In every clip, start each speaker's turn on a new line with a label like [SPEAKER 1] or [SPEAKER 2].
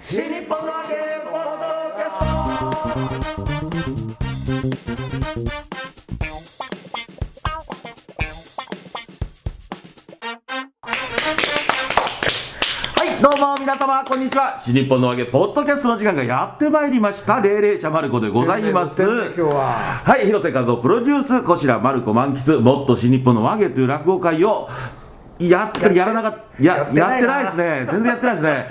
[SPEAKER 1] 新日本の揚げポッドキャストはい、どうも皆様、こんにちは。新日本の揚げ、ポッドキャストの時間がやってまいりました。霊霊者マルコでございます。
[SPEAKER 2] 今日は。
[SPEAKER 1] はい、広瀬和夫プロデュース、こちら、マルコ満喫、もっと新日本の和芸という落語会を、やってる、やらなかった、や、
[SPEAKER 2] や
[SPEAKER 1] やっ
[SPEAKER 2] ってて
[SPEAKER 1] な
[SPEAKER 2] ないい
[SPEAKER 1] で
[SPEAKER 2] な
[SPEAKER 1] すね。全然やってないですね。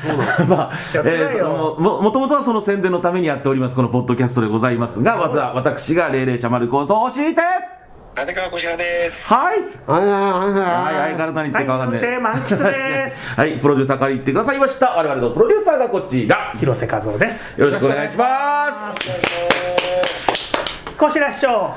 [SPEAKER 1] まあ、え
[SPEAKER 2] やってないよ
[SPEAKER 1] ーそのも、もともとはその宣伝のためにやっております、このポッドキャストでございますが、まずは私が霊霊者マルコをそうして、
[SPEAKER 3] 立川こちらです。
[SPEAKER 1] はい、
[SPEAKER 2] はいはい
[SPEAKER 1] はい、
[SPEAKER 2] は
[SPEAKER 1] 相
[SPEAKER 2] い
[SPEAKER 1] 変
[SPEAKER 2] は
[SPEAKER 1] わらず何言ってるかわかんない。
[SPEAKER 2] 満喫です。
[SPEAKER 1] はい、プロデューサーから言ってくださいました。我々のプロデューサーがこちら。
[SPEAKER 2] 広瀬和夫です。
[SPEAKER 1] よろしくお願いします。
[SPEAKER 2] こしら師匠。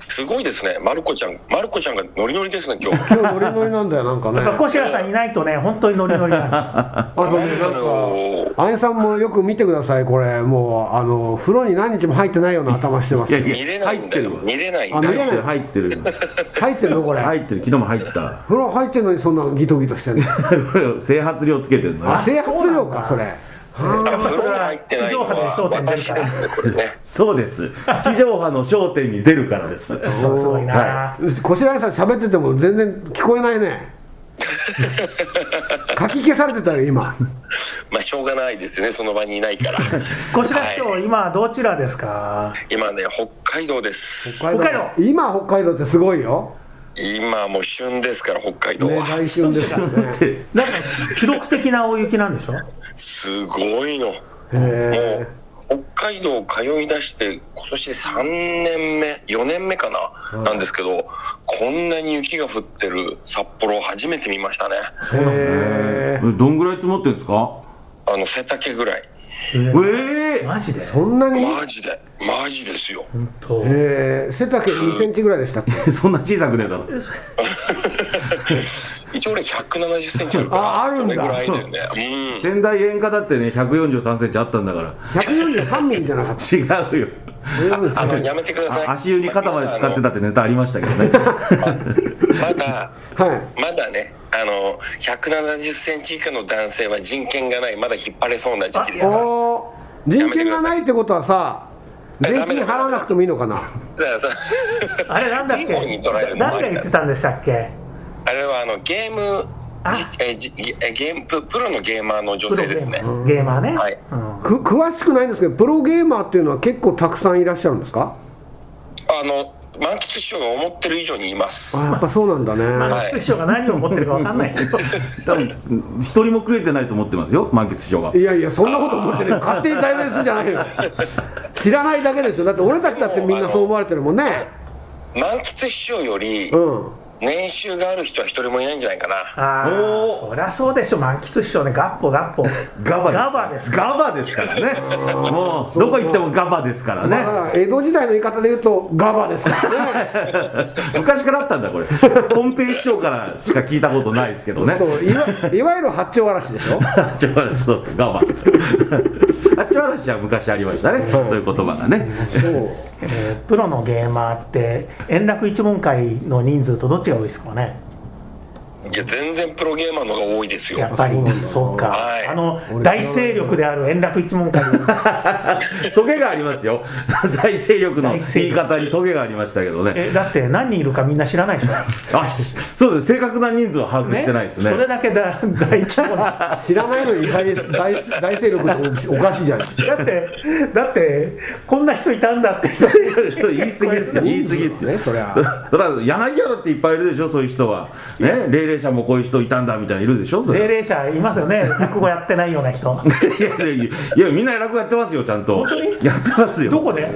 [SPEAKER 3] すごいですね。まるこちゃん、まるこちゃんがノリノリですね。今 日。
[SPEAKER 4] 今日ノリノリなんだよなんかね
[SPEAKER 2] こしらさんいないとね、本当にノリノリな
[SPEAKER 4] あとねなん
[SPEAKER 3] あ
[SPEAKER 4] か
[SPEAKER 3] のー
[SPEAKER 4] あんさんもよく見てくださいこれもうあの風呂に何日も入ってないような頭してます
[SPEAKER 1] いやいや
[SPEAKER 3] 見れないんだ
[SPEAKER 1] 入っ
[SPEAKER 3] よ。
[SPEAKER 1] てるわ
[SPEAKER 3] 見れないん
[SPEAKER 4] あ
[SPEAKER 3] だ
[SPEAKER 4] 見
[SPEAKER 3] よ。
[SPEAKER 4] れない
[SPEAKER 1] 入ってる、入ってる。
[SPEAKER 4] 入ってるのこれ
[SPEAKER 1] 入
[SPEAKER 4] 風
[SPEAKER 1] ってる、昨日も入った。
[SPEAKER 4] 呂入ってるのにそんなギトギトしてんの
[SPEAKER 1] 整髪料つけてるのよ
[SPEAKER 4] あ整髪量かそれ
[SPEAKER 3] あそれが入ってないの
[SPEAKER 2] 地上波
[SPEAKER 3] は
[SPEAKER 2] で焦点出る
[SPEAKER 3] 私
[SPEAKER 2] か
[SPEAKER 3] で
[SPEAKER 2] ら
[SPEAKER 3] すね。これね。
[SPEAKER 1] そうです。 地上波の商店に出るからです。
[SPEAKER 2] の。すごいな。
[SPEAKER 4] こしらえさん喋ってても全然聞こえないねかき消されてたよ今
[SPEAKER 3] まあしょうがないですね。その場にいないから。
[SPEAKER 2] こしら師匠、
[SPEAKER 3] はい
[SPEAKER 2] 今どちらですか。
[SPEAKER 3] 今ね北海道です。
[SPEAKER 2] 北海道
[SPEAKER 4] 今北海道ってすごいよ
[SPEAKER 3] 今もう旬ですから北海道
[SPEAKER 4] ね
[SPEAKER 3] は。
[SPEAKER 4] 大旬ですよね
[SPEAKER 2] なんか記録的な大雪なんでしょ。
[SPEAKER 3] すごいの。も
[SPEAKER 4] へ
[SPEAKER 3] う北海道通い出して今年で3年目4年目かな、なんですけどこんなに雪が降ってる札幌を初めて見ましたね
[SPEAKER 4] そうなんだ
[SPEAKER 1] どんぐらい積もってんですか。
[SPEAKER 3] あの背丈ぐらい
[SPEAKER 1] ええ
[SPEAKER 2] マジで。
[SPEAKER 4] そんなに
[SPEAKER 3] マジでマジですよ
[SPEAKER 2] と
[SPEAKER 4] えー背丈2センチぐらいでしたっけ
[SPEAKER 1] そんな小さくねえだろ。
[SPEAKER 3] 一応俺170センチあるから
[SPEAKER 4] ああるんだ
[SPEAKER 3] それぐらいだよね
[SPEAKER 1] 仙台演歌だってね、143センチあったんだから。
[SPEAKER 4] 143ミリじゃなかった
[SPEAKER 1] 違うよ。
[SPEAKER 3] うんあのやめてください
[SPEAKER 1] あ足湯に肩まで使ってたってネタありましたけど ね。
[SPEAKER 3] まだ
[SPEAKER 4] はい
[SPEAKER 3] まだねあの170センチ以下の男性は人権がないまだ引っ張れそうな時期ですから
[SPEAKER 4] おー人権がないってことはさ
[SPEAKER 3] や
[SPEAKER 4] 税
[SPEAKER 3] めてください
[SPEAKER 4] 金払わなくてもいいのかな
[SPEAKER 3] だからさ
[SPEAKER 2] あれなんだっけ
[SPEAKER 3] いい方に捉える。のもあ
[SPEAKER 2] 誰が
[SPEAKER 3] りだ
[SPEAKER 2] 言ってたんでしたっけ。
[SPEAKER 3] あれはあのゲームじえじえゲームププロのゲーマーの女性ですね
[SPEAKER 2] プロゲーマーゲーマーね。
[SPEAKER 3] はい
[SPEAKER 2] うん
[SPEAKER 4] く詳しくないんですけどプロゲーマーっていうのは結構たくさんいらっしゃるんですか
[SPEAKER 3] あの満喫師匠が思ってる以上にいます
[SPEAKER 4] あやっぱそうなんだね、
[SPEAKER 2] まあ、
[SPEAKER 3] はい
[SPEAKER 2] きつい師匠が何を持ってるかわかんないけど。
[SPEAKER 1] 多分、一人も食えてないと思ってますよ、満喫師匠が。
[SPEAKER 4] いやいやそんなこと思ってね勝手に代弁するんじゃないよ知らないだけですよだって俺たちだってみんなそう思われてるもんね
[SPEAKER 3] 満喫師匠より
[SPEAKER 4] うん
[SPEAKER 3] 年収がある人は一人もいないんじゃないかな
[SPEAKER 2] ああ、
[SPEAKER 1] おー
[SPEAKER 2] そりゃそうでしょ、満喫師匠ね、ガッポガッポ。
[SPEAKER 1] ガバ
[SPEAKER 2] ガバですか。
[SPEAKER 1] ガバですからね。もう、どこ行ってもガバですから
[SPEAKER 4] だか
[SPEAKER 1] ね。
[SPEAKER 4] ら江戸時代の言い方で言うとガバですからね
[SPEAKER 1] 昔からあったんだ、これ。本平師匠からしか聞いたことないですけどね。
[SPEAKER 4] そういわいわゆる八丁嵐でしょ
[SPEAKER 1] 八丁原市そうですガバ八丁原市は昔 ありましたね、そういう言葉がね
[SPEAKER 4] そう
[SPEAKER 2] えープロのゲーマーって、円楽一門会の人数とどっちが多いですかね。
[SPEAKER 3] いや全然プロゲーマーの方が多いですよ
[SPEAKER 2] やっぱり
[SPEAKER 4] そうなん、だ
[SPEAKER 2] そうか
[SPEAKER 3] は。い
[SPEAKER 2] あの、大勢力である円楽一門 会。
[SPEAKER 1] トゲがありますよ 大勢力の
[SPEAKER 2] 大勢
[SPEAKER 1] 言い
[SPEAKER 2] 力
[SPEAKER 1] 方にトゲがありましたけどね
[SPEAKER 2] え、だって、何人いるかみんな知らないでしょ。
[SPEAKER 1] あそうです正確な人数は把握してないですね
[SPEAKER 2] それだけだ、大規模な。
[SPEAKER 4] 知らないのに大大大勢力っておかしいじゃない
[SPEAKER 2] だって、だって、こんな人いたんだって。
[SPEAKER 1] そう言い過ぎですよ言い過ぎですよ
[SPEAKER 4] ねそりゃ
[SPEAKER 1] それは柳家だっていっぱいいるでしょそういう人はね霊霊者もこういう人いたんだみたいないるでしょそ
[SPEAKER 2] 霊
[SPEAKER 1] れ
[SPEAKER 2] 霊者いますよね、落語やってないような人。
[SPEAKER 1] いやいやいやいやみんな楽やってますよちゃんと
[SPEAKER 2] 当に
[SPEAKER 1] やってますよ
[SPEAKER 2] どこで。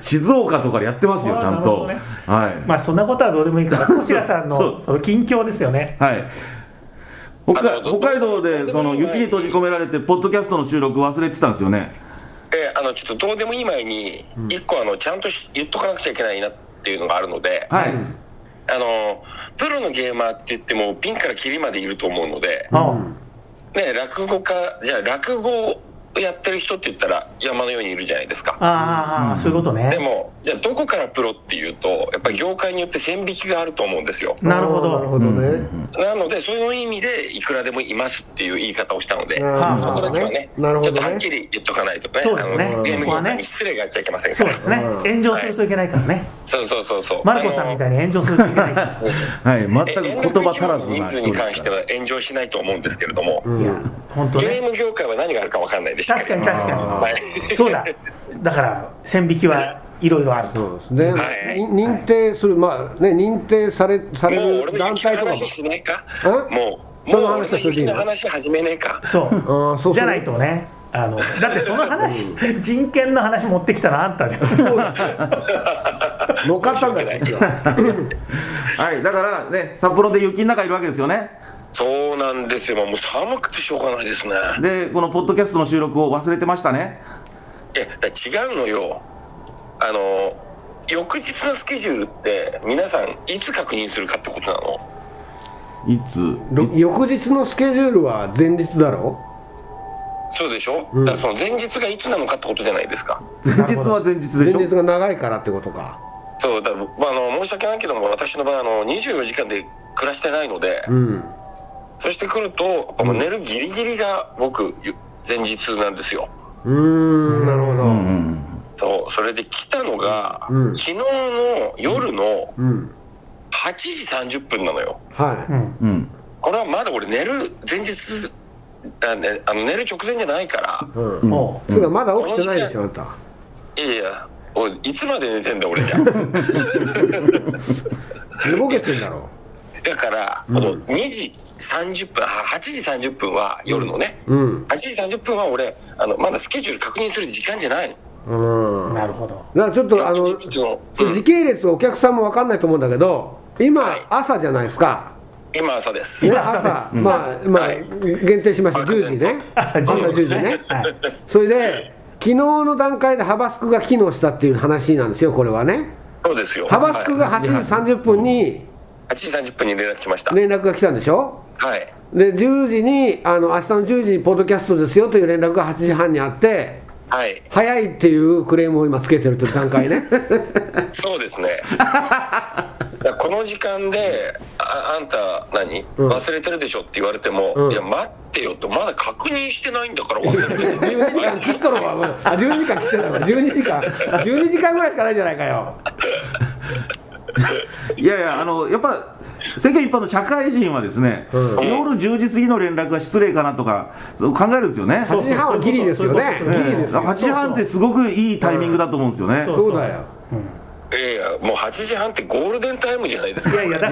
[SPEAKER 1] 静岡とかでやってますよちゃんと、
[SPEAKER 2] あーなる
[SPEAKER 1] はい
[SPEAKER 2] まあ、そんなことはどうでもいいから、こしらさん
[SPEAKER 1] そう
[SPEAKER 2] の、その近況ですよね。
[SPEAKER 1] はい。北
[SPEAKER 3] あ
[SPEAKER 1] 海
[SPEAKER 3] のど
[SPEAKER 1] 北海道でその雪に閉じ込められて、ポッドキャストの収録忘れてたんですよね。
[SPEAKER 3] えあのちょっとどうでもいい前に一個あのちゃんとし言っとかなくちゃいけないなっていうのがあるので、
[SPEAKER 1] はい。
[SPEAKER 3] あのプロのゲーマーって言ってもピンからキリまでいると思うので、
[SPEAKER 2] うん。
[SPEAKER 3] ね、落語家じゃあ落語をやってる人って言ったら山のようにいるじゃないですか
[SPEAKER 2] ああ、そういうこと
[SPEAKER 3] で
[SPEAKER 2] ね。
[SPEAKER 3] もじゃあどこからプロっていうとやっぱり業界によって線引きがあると思うんですよ
[SPEAKER 2] なるほ
[SPEAKER 4] なる
[SPEAKER 2] ど。
[SPEAKER 4] ほどね
[SPEAKER 3] なので、そういう意味で、いくらでもいますっていう言い方をしたので、
[SPEAKER 4] うん
[SPEAKER 3] そこだけはね、ち
[SPEAKER 4] なる
[SPEAKER 3] ょ
[SPEAKER 4] ほど
[SPEAKER 3] っ
[SPEAKER 4] ね
[SPEAKER 3] とはっきり言っとかないとね、
[SPEAKER 2] そうですね
[SPEAKER 3] あのゲーム
[SPEAKER 2] ここ
[SPEAKER 3] 業
[SPEAKER 2] はね
[SPEAKER 3] 界に失礼がやっちゃいけませんか
[SPEAKER 2] そう
[SPEAKER 3] ら、
[SPEAKER 2] ですね、炎上するといけないからね、
[SPEAKER 3] そうそうそうそう。
[SPEAKER 2] マルコさんみたいに炎上するといけないから、
[SPEAKER 1] はい、全
[SPEAKER 3] え
[SPEAKER 1] く言葉足らず
[SPEAKER 3] 連絡一番
[SPEAKER 1] な
[SPEAKER 3] の人数
[SPEAKER 1] 人
[SPEAKER 3] に
[SPEAKER 1] で
[SPEAKER 3] 関
[SPEAKER 1] す
[SPEAKER 3] し
[SPEAKER 1] か
[SPEAKER 3] て
[SPEAKER 1] ら。
[SPEAKER 3] は炎上しないと思うんですけれども、
[SPEAKER 2] いや、本当
[SPEAKER 3] ゲ
[SPEAKER 2] ね、
[SPEAKER 3] ーム業界は何があるかわかんないでしょ
[SPEAKER 2] 確かに確か
[SPEAKER 3] はい
[SPEAKER 2] に、そうだ、だから線引きはいろいろあると、
[SPEAKER 4] そうですね、
[SPEAKER 3] はい
[SPEAKER 4] に認定する、まあね、認定されされ
[SPEAKER 3] もう
[SPEAKER 4] る
[SPEAKER 3] 俺の
[SPEAKER 4] 団
[SPEAKER 3] 雪
[SPEAKER 4] 体
[SPEAKER 3] の
[SPEAKER 4] とか
[SPEAKER 3] 話しないか
[SPEAKER 4] え
[SPEAKER 3] もう
[SPEAKER 4] そ
[SPEAKER 3] もう
[SPEAKER 4] の話
[SPEAKER 3] 俺の雪の話始めねえか
[SPEAKER 2] そ
[SPEAKER 4] あーそうそう
[SPEAKER 2] う、じゃないとね、あのだってその話、人権の話持ってきたのあんたじゃん、
[SPEAKER 4] 乗っかったんだよ、
[SPEAKER 1] はい、だからね、札幌で雪の中いるわけですよね。
[SPEAKER 3] そうなんですよもう寒くてしょうがないですね
[SPEAKER 1] で、このポッドキャストの収録を忘れてましたね。
[SPEAKER 3] いやだから違うのよあの翌日のスケジュールって皆さんいつ確認するかってことなの
[SPEAKER 1] いつ
[SPEAKER 4] ろ翌日のスケジュールは前日だろ
[SPEAKER 3] そうでしょ、だからその前日がいつなのかってことじゃないですか
[SPEAKER 1] 前日は前日で
[SPEAKER 4] 前
[SPEAKER 1] しょ
[SPEAKER 4] 日が長いからってことか
[SPEAKER 3] そうだ、まあ、あの申し訳ないけども私の場合あの24時間で暮らしてないので、
[SPEAKER 4] うん
[SPEAKER 3] そして来るとやっぱもう寝るギリギリが僕前日なんですよ
[SPEAKER 4] うーんなるほど、
[SPEAKER 1] うんうん。
[SPEAKER 3] そうそれで来たのが、
[SPEAKER 4] うん
[SPEAKER 3] 昨日の夜の
[SPEAKER 4] うん
[SPEAKER 3] 8時30分なのよ
[SPEAKER 4] はい、
[SPEAKER 1] うん。
[SPEAKER 3] これはまだ俺寝る前日あ、ね、あの寝る直前じゃないから
[SPEAKER 4] うん
[SPEAKER 2] うん、もう、
[SPEAKER 4] つうかまだ起きてないでしょあんた
[SPEAKER 3] いやいやおいいつまで寝てんだ俺じ ゃだ
[SPEAKER 4] 寝ぼけてんだろ
[SPEAKER 3] から、この2時30分あ8時30分は夜のね、
[SPEAKER 4] うん
[SPEAKER 3] 8時30分は俺あのまだスケジュール確認する時間じゃないの
[SPEAKER 4] うんだ
[SPEAKER 2] なるほど、
[SPEAKER 4] からちょっとあの
[SPEAKER 3] 一日のうん
[SPEAKER 4] 時系列がお客さんも分かんないと思うんだけど
[SPEAKER 3] は
[SPEAKER 4] 今
[SPEAKER 3] い
[SPEAKER 4] 朝じゃないですか
[SPEAKER 3] 今朝です
[SPEAKER 4] ね
[SPEAKER 2] 今朝です
[SPEAKER 4] 朝まあまあ
[SPEAKER 3] はい
[SPEAKER 4] 限定しました
[SPEAKER 3] はい
[SPEAKER 4] 10時ね
[SPEAKER 2] 朝10時ですね
[SPEAKER 4] 朝10時ね。
[SPEAKER 2] はい
[SPEAKER 4] それで昨日の段階でハバスクが機能したっていう話なんですよこれはね
[SPEAKER 3] そうですよ
[SPEAKER 4] ハバスクが
[SPEAKER 3] は
[SPEAKER 4] 8時30分に
[SPEAKER 3] い、8時30分に連絡来ました、
[SPEAKER 4] 連絡が来たんでしょ
[SPEAKER 3] はい
[SPEAKER 4] で10時にあの明日の10時にポッドキャストですよという連絡が8時半にあって
[SPEAKER 3] はい
[SPEAKER 4] 早いっていうクレームを今つけてるという段階ね
[SPEAKER 3] そうで すねだからこの時間で「ああんた何
[SPEAKER 4] ん
[SPEAKER 3] 忘れてるでしょ」って言われても「
[SPEAKER 4] うん
[SPEAKER 3] いや待ってよ」ってまだ確認してないんだから忘れて る
[SPEAKER 4] 12時間切っとろわあ12時間切ってたから12時間12時間ぐらいしかないじゃないかよ
[SPEAKER 1] いやいや、あの、やっぱ、世間一般の社会人はですね、
[SPEAKER 4] う
[SPEAKER 1] 夜10時過ぎの連絡は失礼かなとか、そう考えるんですよね。
[SPEAKER 4] 8時半はギリですよね
[SPEAKER 2] そう
[SPEAKER 4] ギ
[SPEAKER 2] そうそ
[SPEAKER 4] リ
[SPEAKER 2] う
[SPEAKER 1] え
[SPEAKER 4] で
[SPEAKER 1] え
[SPEAKER 4] す
[SPEAKER 1] だ
[SPEAKER 4] よ
[SPEAKER 1] から8時半ってすごくいいタイミングだと思うんですよね。
[SPEAKER 2] そう
[SPEAKER 4] そうだよ
[SPEAKER 3] いやいやもう8時半ってゴールデンタイムじゃないです
[SPEAKER 2] い
[SPEAKER 3] か
[SPEAKER 2] やいやだか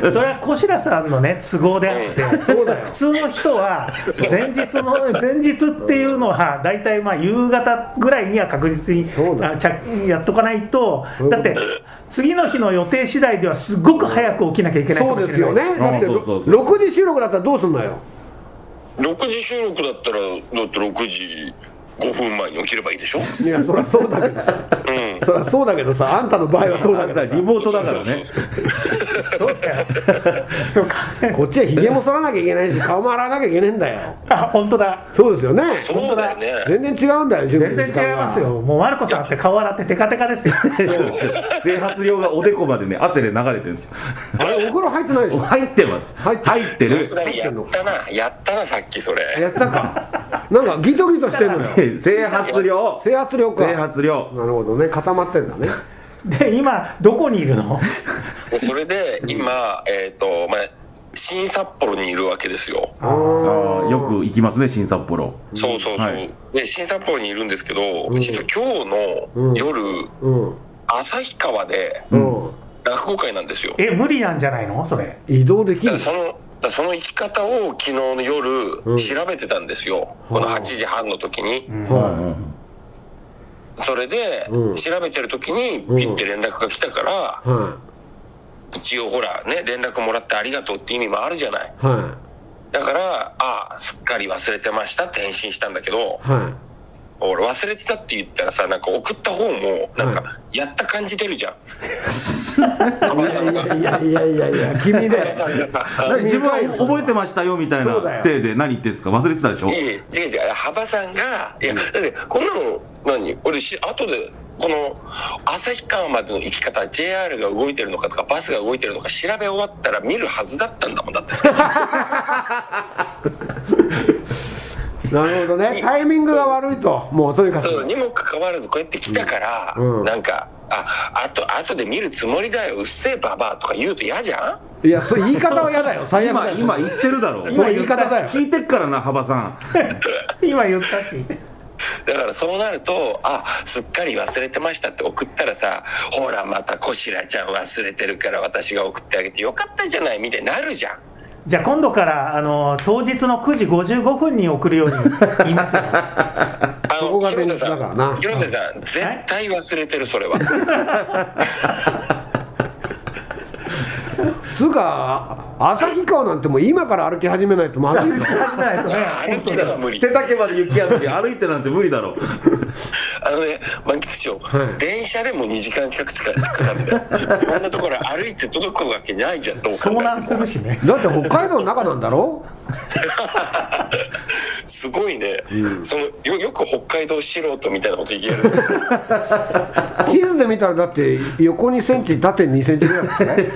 [SPEAKER 2] らそれは小白さんのね都合であって
[SPEAKER 4] そうだよ
[SPEAKER 2] 普通の人は前日の前日っていうのは大体まあ夕方ぐらいには確実に
[SPEAKER 4] そうだよ
[SPEAKER 2] あちゃやっとかないと
[SPEAKER 4] そういう
[SPEAKER 2] だ
[SPEAKER 4] こ
[SPEAKER 2] っ
[SPEAKER 4] と
[SPEAKER 2] て次の日の予定次第ではすごく早く起きなきゃいけないか
[SPEAKER 4] そ
[SPEAKER 2] も
[SPEAKER 4] う
[SPEAKER 2] し
[SPEAKER 4] で
[SPEAKER 2] れ
[SPEAKER 4] すよ
[SPEAKER 2] ない
[SPEAKER 4] ねだって
[SPEAKER 1] うんそうそうそう
[SPEAKER 4] 6時収録だったらどうすんのよ
[SPEAKER 3] 6時収録だったらだって6時5分前に起きればい いでし
[SPEAKER 4] い
[SPEAKER 3] ょ、
[SPEAKER 4] やそりゃそうだけどさ
[SPEAKER 3] うん、
[SPEAKER 4] そりゃそうだけどさあんたの場合はそうだ
[SPEAKER 1] あ
[SPEAKER 4] け
[SPEAKER 1] ん
[SPEAKER 4] ど
[SPEAKER 1] た
[SPEAKER 4] さ
[SPEAKER 1] リモートだから
[SPEAKER 3] そうそう
[SPEAKER 1] ね
[SPEAKER 3] そう。
[SPEAKER 2] そうだよそうか
[SPEAKER 4] こっちはひげも剃らなきゃいけないし顔も洗わなきゃいけないんだよ
[SPEAKER 2] あ本当だ
[SPEAKER 4] そうですよね
[SPEAKER 3] そうだよね
[SPEAKER 4] 全然違うんだよ準備
[SPEAKER 2] 全
[SPEAKER 4] の
[SPEAKER 2] 然
[SPEAKER 4] 時間
[SPEAKER 2] 違い
[SPEAKER 4] は
[SPEAKER 2] ますよもうマルコさんって顔洗ってテカテカですよ
[SPEAKER 1] 整髪量がおでこまでね、汗で流れてるんですよ。
[SPEAKER 4] あれお風呂入ってないで しょ
[SPEAKER 1] 入ってます。
[SPEAKER 4] 入
[SPEAKER 1] 入
[SPEAKER 4] っ
[SPEAKER 1] ってて
[SPEAKER 3] 本
[SPEAKER 1] る
[SPEAKER 3] 当。だねやったなやったなさっきそれ
[SPEAKER 4] やったかなんかギトギトしてんのよ
[SPEAKER 1] 整髪量。
[SPEAKER 4] 整髪量か
[SPEAKER 1] 整髪量。
[SPEAKER 4] なるほどね固まってんだね
[SPEAKER 2] で今どこにいるの
[SPEAKER 3] でそれで今えっ、とまあ新札幌にいるわけですよ
[SPEAKER 4] あー
[SPEAKER 1] ああ、よく行きますね、新札幌。
[SPEAKER 3] そうそうそう、
[SPEAKER 1] はい
[SPEAKER 3] で新札幌にいるんですけど、
[SPEAKER 4] ん
[SPEAKER 3] 実は今日の夜、
[SPEAKER 4] うん
[SPEAKER 3] 旭川で
[SPEAKER 4] うん
[SPEAKER 3] 落語会なんですよだ
[SPEAKER 2] え無理なんじゃないのそれ
[SPEAKER 4] 移動できる
[SPEAKER 3] からそのだからその生き方を昨日の夜
[SPEAKER 4] ん
[SPEAKER 3] 調べてたんですよ、この8時半の時に、
[SPEAKER 1] うん
[SPEAKER 4] は
[SPEAKER 1] うん
[SPEAKER 3] それで
[SPEAKER 4] うん
[SPEAKER 3] 調べてる時に
[SPEAKER 4] ん
[SPEAKER 3] ピッて連絡が来たから
[SPEAKER 4] い、は
[SPEAKER 3] 一応ほらね連絡もらってありがとうって意味もあるじゃない
[SPEAKER 4] いは
[SPEAKER 3] だから「ああすっかり忘れてました」って返信したんだけど
[SPEAKER 4] いは
[SPEAKER 3] 俺忘れてたって言ったらさなんか送った方もなんかやった感じ出るじゃん、 馬場さんが
[SPEAKER 4] いいやいやいやいや君
[SPEAKER 3] 馬 場
[SPEAKER 4] ね
[SPEAKER 3] さんがさあ
[SPEAKER 1] 何自分は覚えてましたよみたい
[SPEAKER 4] そうだ
[SPEAKER 1] な
[SPEAKER 4] よ
[SPEAKER 1] 手で何言ってんですか忘れてたでしょ
[SPEAKER 3] いやいや違う違う、幅さんが、いや、だってこんなの、何俺し、後でこの旭川までの行き方 JR が動いてるのかとかバスが動いてるのか調べ終わったら見るはずだったんだもんだ ってそれ
[SPEAKER 4] なるほどねタイミングが悪いともうとにかく
[SPEAKER 3] そうにもかかわらずこうやって来たから、
[SPEAKER 4] うんうん
[SPEAKER 3] なんかああと後で見るつもりだようっせえババアとか言うと嫌じゃん
[SPEAKER 4] いやそう言い方は嫌だよ最悪
[SPEAKER 1] 今
[SPEAKER 4] だよ
[SPEAKER 1] 今言ってるだろ
[SPEAKER 4] それ言い方だよ
[SPEAKER 1] 聞いてっからな幅さん
[SPEAKER 2] 今言ったし
[SPEAKER 3] だからそうなると「あすっかり忘れてました」って送ったらさ「ほらまたこしらちゃん忘れてるから私が送ってあげてよかったじゃない」みたいになるじゃん
[SPEAKER 2] じゃあ今度からあの当日の9時55分に送るように言いますよ
[SPEAKER 3] あ
[SPEAKER 4] そこが
[SPEAKER 3] 広瀬さ
[SPEAKER 4] 現実だからなん
[SPEAKER 3] 広瀬さん絶対忘れてるそれは
[SPEAKER 4] つうか旭川なんてもう今から歩き始めないとまずいよ
[SPEAKER 2] 始めないとね
[SPEAKER 3] 歩きでは無理
[SPEAKER 1] 背丈まで雪やのに歩いてなんて無理だろ
[SPEAKER 3] あのね満喫師匠、
[SPEAKER 4] はい
[SPEAKER 3] 電車でも2時間近く使うかかる んだよこんなところ歩いて届くわけないじゃんどう考えても
[SPEAKER 2] 遭難するしね
[SPEAKER 4] だって北海道の中なんだろ
[SPEAKER 3] すごいね、そのよよく北海道素人みたいなこと言える
[SPEAKER 4] 地図で見たらだって横2センチ縦2センチぐらいだよね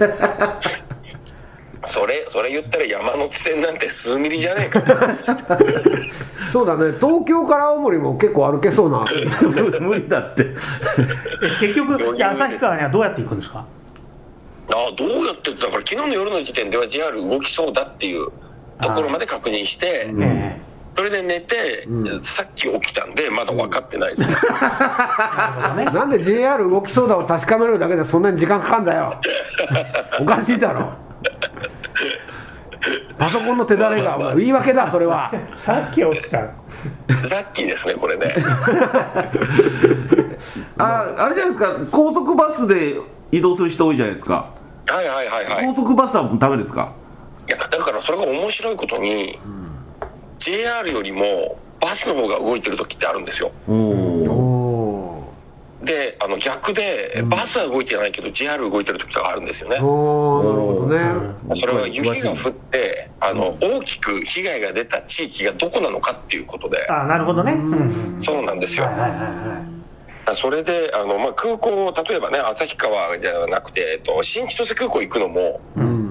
[SPEAKER 3] それそれ言ったら山手線なんて数ミリじゃね えか
[SPEAKER 4] そうだね東京から青森も結構歩けそうな
[SPEAKER 1] う 無理だって
[SPEAKER 2] え結局
[SPEAKER 3] 余裕です
[SPEAKER 2] いや旭川にはどうやって行くんですか
[SPEAKER 3] ああどうやってってだから昨日の夜の時点では JR 動きそうだっていうところまで確認して
[SPEAKER 2] え
[SPEAKER 3] それで寝て、さっき起きたんでまだ分かってないです、
[SPEAKER 4] なんで JR 動きそうだを確かめるだけでそんなに時間かかんだよおかしいだろパソコンの手だれがもう言い訳だそれは
[SPEAKER 2] えさっき起きた
[SPEAKER 3] さっきですねこれ ね
[SPEAKER 1] ああれじゃないですか高速バスで移動する人多いじゃないですか
[SPEAKER 3] はいはいはいはい
[SPEAKER 1] 高速バスはダメですか
[SPEAKER 3] いやだからそれが面白いことに、JR よりもバスの方が動いてる時ってあるんですよ
[SPEAKER 1] おお
[SPEAKER 4] お
[SPEAKER 3] であの逆でバスは動いてないけど JR 動いてる時とかあるんですよね
[SPEAKER 4] ー、おーなるほどね
[SPEAKER 3] それは雪が降ってあの大きく被害が出た地域がどこなのかっていうことで
[SPEAKER 2] あなるほどねうん
[SPEAKER 3] そうなんですよ
[SPEAKER 2] はいはいはいはい
[SPEAKER 3] それであの、まあ、空港例えばね旭川じゃなくて、えっと、新千歳空港行くのも
[SPEAKER 4] うん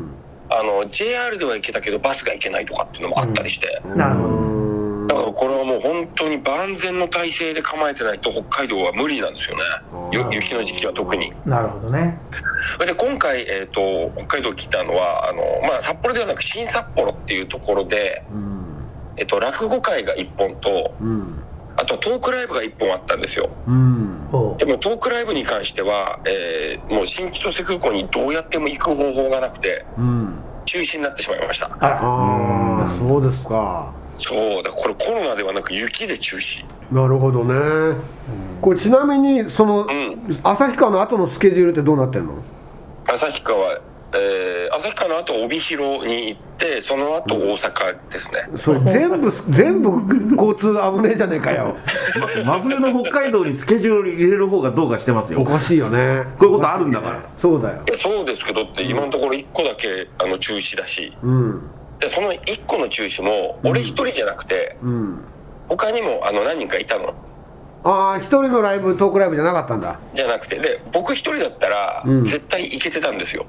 [SPEAKER 3] あの JR では行けたけどバスが行けないとかっていうのもあったりして、
[SPEAKER 2] なるほど
[SPEAKER 3] だからこれはもう本当に万全の体制で構えてないと北海道は無理なんですよねゆ雪の時期は特に
[SPEAKER 2] なるほどね
[SPEAKER 3] で今回、えー、と北海道来たのはあの、まあ、札幌ではなく新札幌っていうところで、
[SPEAKER 4] うん
[SPEAKER 3] えっと落語会が1本と
[SPEAKER 4] うん
[SPEAKER 3] あとはトークライブが1本あったんですよ
[SPEAKER 4] うん
[SPEAKER 2] ほ
[SPEAKER 3] でもトークライブに関しては、えーもう新千歳空港にどうやっても行く方法がなくて
[SPEAKER 4] うん
[SPEAKER 3] 中止になってしまいました
[SPEAKER 2] うあら
[SPEAKER 4] ああそうですか
[SPEAKER 3] そうだこれコロナではなく雪で中止
[SPEAKER 4] なるほどね、これちなみにその
[SPEAKER 3] ん
[SPEAKER 4] 旭川の後のスケジュールってどうなってんの
[SPEAKER 3] 旭川えー旭川の後帯広に行ってその後大阪ですね、
[SPEAKER 4] それ全部全部交通危ねえじゃねえかよ
[SPEAKER 1] 真冬の北海道にスケジュール入れる方がどうかしてます
[SPEAKER 4] お
[SPEAKER 1] よこ
[SPEAKER 4] かしいよね
[SPEAKER 1] ういうことあるんだから
[SPEAKER 4] そうだよ
[SPEAKER 3] いやそうですけどって今のところ1個だけあの中止だし
[SPEAKER 4] うん
[SPEAKER 3] でその1個の中止も俺1人じゃなくて
[SPEAKER 4] うん
[SPEAKER 3] 他にもあの何人かいたの
[SPEAKER 4] ああ一人のライブトークライブじゃなかったんだ
[SPEAKER 3] じゃなくてで僕一人だったら
[SPEAKER 4] うん
[SPEAKER 3] 絶対行けてたんですよ、